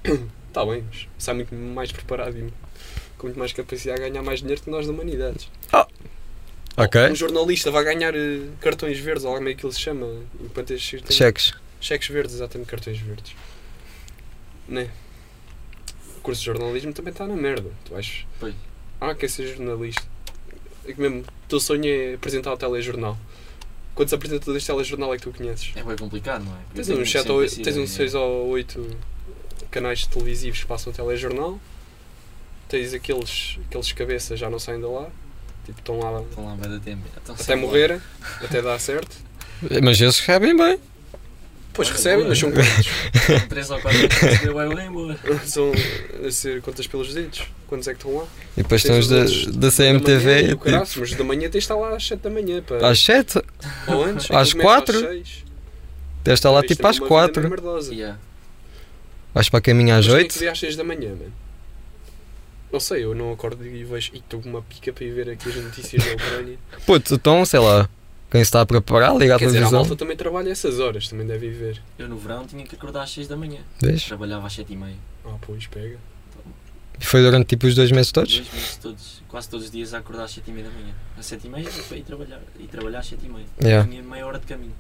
Speaker 4: Está tá bem, mas sai muito mais preparado e com muito mais capacidade a ganhar mais dinheiro que nós da humanidade. Um
Speaker 2: Ok?
Speaker 4: jornalista vai ganhar eh, cartões verdes, ou algo meio que ele se chama, enquanto estes têm-
Speaker 2: Cheques.
Speaker 4: cheques verdes, exatamente, cartões verdes. Né? O curso de jornalismo também está na merda, tu achas?
Speaker 3: Pois.
Speaker 4: Ah, quer ser jornalista. É que mesmo, o teu sonho é apresentar o telejornal. Quantos apresentadores de telejornal é que tu conheces?
Speaker 3: É bem complicado, não é? Porque
Speaker 4: Tens
Speaker 3: eu
Speaker 4: um
Speaker 3: tenho
Speaker 4: 7
Speaker 3: sempre
Speaker 4: ou
Speaker 3: assim,
Speaker 4: 8, tens
Speaker 3: né?
Speaker 4: um 6 ou 8 canais televisivos que passam telejornal. Tens aqueles, aqueles cabeças já não saem de lá. Tipo, estão lá
Speaker 3: Estão lá bué da tempo. Então,
Speaker 4: até
Speaker 3: sei lá.
Speaker 4: morrerem, até dar certo.
Speaker 2: Mas eles recebem bem.
Speaker 4: Pois
Speaker 3: Olha,
Speaker 4: recebem,
Speaker 3: boa.
Speaker 4: mas é. são quantos?
Speaker 3: Com 3 um ou 4 anos, eu bem bem boa.
Speaker 4: são a ser contas pelos dedos. Quantos é que estão lá?
Speaker 2: E depois
Speaker 4: Tens
Speaker 2: estão os da,
Speaker 4: os
Speaker 2: da
Speaker 4: Da manhã,
Speaker 2: CMTV.
Speaker 4: e o caraças, mas da manhã tens de estar lá às 7 da manhã.
Speaker 2: tipo,
Speaker 4: Pá.
Speaker 2: Às 7?
Speaker 4: ou
Speaker 2: às
Speaker 4: antes, aquilo começa
Speaker 2: quatro?
Speaker 4: Às seis.
Speaker 2: Deve estar lá
Speaker 4: Isto
Speaker 2: tipo
Speaker 4: é
Speaker 2: às
Speaker 4: uma vida
Speaker 2: 4.
Speaker 4: meio merdosa.
Speaker 3: Yeah.
Speaker 2: Vais para a caminha às
Speaker 4: Mas tem que
Speaker 2: 8.
Speaker 4: ver às 6 da manhã, mano. Não sei, eu não acordo e vejo. E estou com uma pica para ir ver aqui as notícias da Ucrânia.
Speaker 2: Puto, então, sei lá. Quem se está a preparar, liga à
Speaker 4: Quer dizer, a
Speaker 2: televisão.
Speaker 4: malta também trabalha essas horas, também deve ir ver.
Speaker 3: Eu no verão tinha que acordar às 6 da manhã.
Speaker 2: Deixa.
Speaker 3: Trabalhava às 7 e meia.
Speaker 4: Ah, pois, pega.
Speaker 2: E foi durante tipo os dois meses todos?
Speaker 3: Dois meses todos, quase todos os dias a acordar às 7h30 da manhã. Às 7h30 era para ir trabalhar. E trabalhar às 7h30.
Speaker 2: Yeah.
Speaker 3: Tinha meia hora de caminho.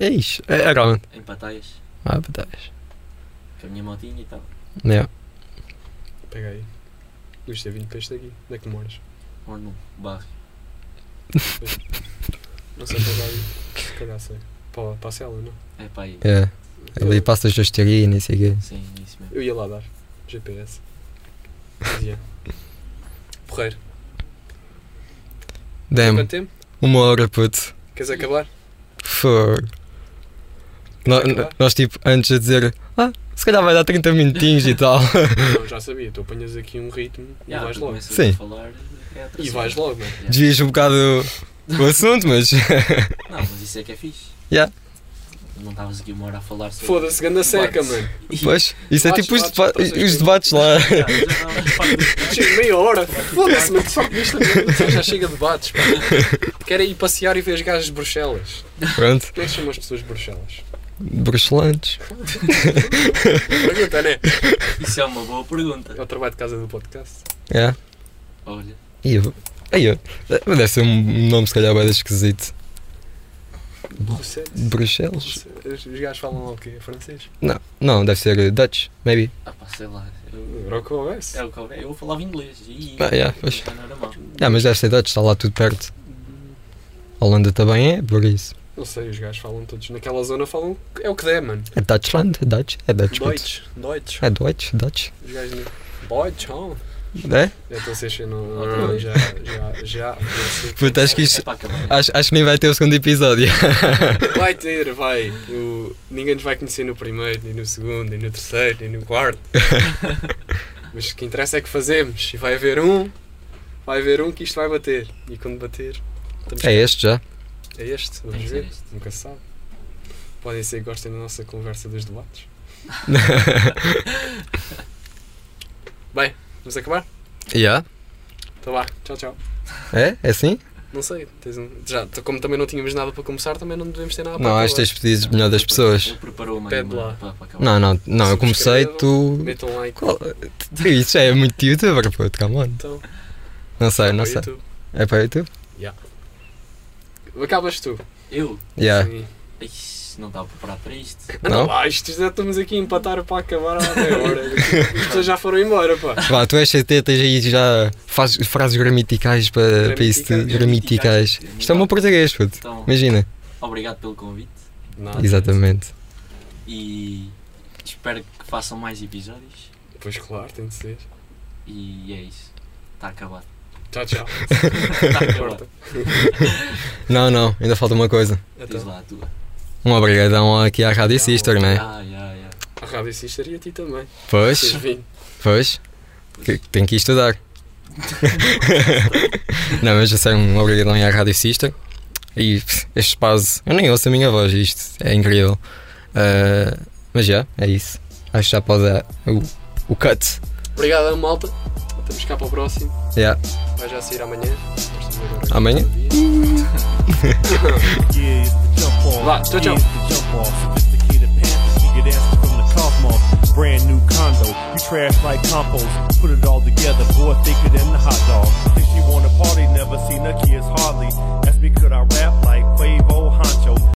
Speaker 2: É isso. É, era onde?
Speaker 3: Em Pataias,
Speaker 2: Ah, batalhas.
Speaker 3: com a minha motinha e tal.
Speaker 2: Yeah.
Speaker 4: Pega aí. Gostei vindo para este daqui. Onde é que tu moras?
Speaker 3: Moro num barro.
Speaker 4: Não sei para lá. Se calhar sei. Para, para a cela, não?
Speaker 3: É pá, aí.
Speaker 2: Yeah. Ali passas da estaria e nem sei o quê.
Speaker 3: Sim, isso mesmo.
Speaker 4: Eu ia lá dar. GPS. Mas, yeah. Porreiro.
Speaker 2: Damn,
Speaker 4: Quanto tempo?
Speaker 2: uma hora, puto.
Speaker 4: Queres acabar?
Speaker 2: Fogo. No-
Speaker 4: Queres
Speaker 2: no-
Speaker 4: acabar?
Speaker 2: Nós, tipo, antes a dizer, ah, se calhar vai dar 30 minutinhos e tal.
Speaker 4: Não, já sabia. Tu apanhas aqui um ritmo e
Speaker 3: Yeah,
Speaker 4: vais
Speaker 3: tu
Speaker 4: logo.
Speaker 3: começas
Speaker 2: Sim.
Speaker 3: A falar, é outra
Speaker 4: E
Speaker 3: cena.
Speaker 4: vais logo, mano.
Speaker 3: Yeah.
Speaker 2: Desvias um bocado o assunto, mas.
Speaker 3: Não, mas isso é que é fixe.
Speaker 2: Yeah.
Speaker 3: Não estavas aqui uma hora a falar sobre.
Speaker 4: Foda-se, ganda seca,
Speaker 3: Debates.
Speaker 4: mano.
Speaker 2: Pois, isso é
Speaker 4: Debates,
Speaker 2: tipo os,
Speaker 4: debates,
Speaker 2: deba-
Speaker 4: debates,
Speaker 2: os debates lá.
Speaker 3: Yeah, mas eu tava- pá,
Speaker 4: Chega meia hora. Foda-se, mano. Só que isto já chega de debates, pá. Quero ir passear e ver as gajas de Bruxelas.
Speaker 2: Pronto,
Speaker 4: Como é que chamam as pessoas de Bruxelas?
Speaker 2: bruxelantes.
Speaker 4: Pergunta, né?
Speaker 2: Tipo,
Speaker 3: Isso é uma boa
Speaker 4: É
Speaker 3: pergunta.
Speaker 4: o trabalho de casa do podcast.
Speaker 2: É.
Speaker 3: Olha,
Speaker 2: E eu. Aí eu. Deve ser um nome, se calhar, bem esquisito.
Speaker 4: Bruxelas.
Speaker 2: Bruxelas?
Speaker 4: Os os gajos falam lá o quê? Francês?
Speaker 2: Não, não, deve ser eh, Dutch, maybe.
Speaker 3: ah pá, sei lá. Eu,
Speaker 4: Era o que houvesse.
Speaker 3: é o que eu, eu falava inglês e.
Speaker 2: Ah, yeah, pois.
Speaker 3: Não era mal.
Speaker 2: Ah, mas deve ser Dutch, está lá tudo perto. Holanda também é, por isso.
Speaker 4: Não sei, os gajos falam todos. Naquela zona falam. É o que der, mano.
Speaker 2: É Dutchland, é Dutch, é Dutch. puto.
Speaker 4: Deutsch. Deutsch.
Speaker 2: É Deutsch, Dutch.
Speaker 4: Os gajos. Deutsch, oh.
Speaker 2: É?
Speaker 4: Então vocês
Speaker 3: Outra
Speaker 4: não.
Speaker 3: vez.
Speaker 4: Já, já, já.
Speaker 2: Puto, acho que
Speaker 3: É
Speaker 2: isto.
Speaker 3: para acabar.
Speaker 2: Acho, acho que nem vai ter o segundo episódio.
Speaker 4: Vai ter, vai. O- ninguém nos vai conhecer no primeiro, nem no segundo, nem no terceiro, nem no quarto. Mas o que interessa é que fazemos. E vai haver um, vai haver um que isto vai bater. E quando bater, estamos
Speaker 2: É este já.
Speaker 4: É este,
Speaker 3: Tem
Speaker 4: vamos
Speaker 3: que
Speaker 4: ver.
Speaker 3: ser este.
Speaker 4: Nunca se sabe. Podem ser que gostem da nossa conversa dos debates. Bem, vamos acabar?
Speaker 2: Já?
Speaker 4: Então vá, tchau, tchau.
Speaker 2: É? É assim?
Speaker 4: Não sei, tens um- já, t- como também não tínhamos nada para começar, também não devemos ter nada para
Speaker 2: Não,
Speaker 4: acabar.
Speaker 2: acho que tens pedido melhor das pessoas.
Speaker 3: Ele preparou uma
Speaker 4: Pede lá.
Speaker 3: Para, para acabar.
Speaker 2: Não, não, não, eu comecei, tu.
Speaker 4: Metam like.
Speaker 2: Qual- Isso já é muito youtuber, pô, come on.
Speaker 4: Então,
Speaker 2: Não sei, não
Speaker 4: para o
Speaker 2: sei.
Speaker 4: YouTube.
Speaker 2: É para YouTube?
Speaker 4: Acabas tu.
Speaker 3: Eu?
Speaker 2: Yeah.
Speaker 4: Sim.
Speaker 3: Ixi, não estava preparado para isto.
Speaker 4: Anda
Speaker 2: Não?
Speaker 4: lá, isto já estamos aqui a empatar para acabar há meia hora. As pessoas já foram embora, pá.
Speaker 2: Vá, tu és CT, tens aí já faz, frases gramaticais para, para isso. tudo.
Speaker 3: Gramaticais.
Speaker 2: Gramaticais. Isto é o meu português, puto.
Speaker 3: Então,
Speaker 2: Imagina.
Speaker 3: obrigado pelo convite
Speaker 2: Ah,
Speaker 4: Nada.
Speaker 2: Exatamente.
Speaker 3: e espero que façam mais episódios.
Speaker 4: Pois claro, tem de ser.
Speaker 3: E é isso. Está acabado.
Speaker 4: Tchau, tchau.
Speaker 3: Está acabado.
Speaker 4: Corta.
Speaker 2: Não, não, ainda falta uma coisa.
Speaker 3: Diz
Speaker 4: Então,
Speaker 3: lá a tua.
Speaker 2: Um obrigadão aqui à Rádio Sister, não é?
Speaker 3: Ah, yeah, yeah.
Speaker 4: a Rádio Sister e a ti também.
Speaker 2: Pois,
Speaker 4: Vocês vêm.
Speaker 2: pois. Que- Tenho que ir estudar. Não, mas já sei, um obrigadão aí à Rádio Sister. E pff, este espaço, eu nem ouço a minha voz, isto é incrível. Ah, mas já, é isso. Acho que já pode dar o, o cut.
Speaker 4: Obrigado, malta. Estamos cá para o próximo.
Speaker 2: Yeah.
Speaker 4: Vai já sair amanhã. Nós estamos agora.
Speaker 2: Amanhã?
Speaker 5: Yeah, it's the jump off.
Speaker 4: Right, touch
Speaker 5: yeah,
Speaker 4: up.
Speaker 5: it's the jump off. Sophisticated pants, you get answers from the cosmos. Brand new condo, you trash like compost. Put it all together, boy, thicker than the hot dog.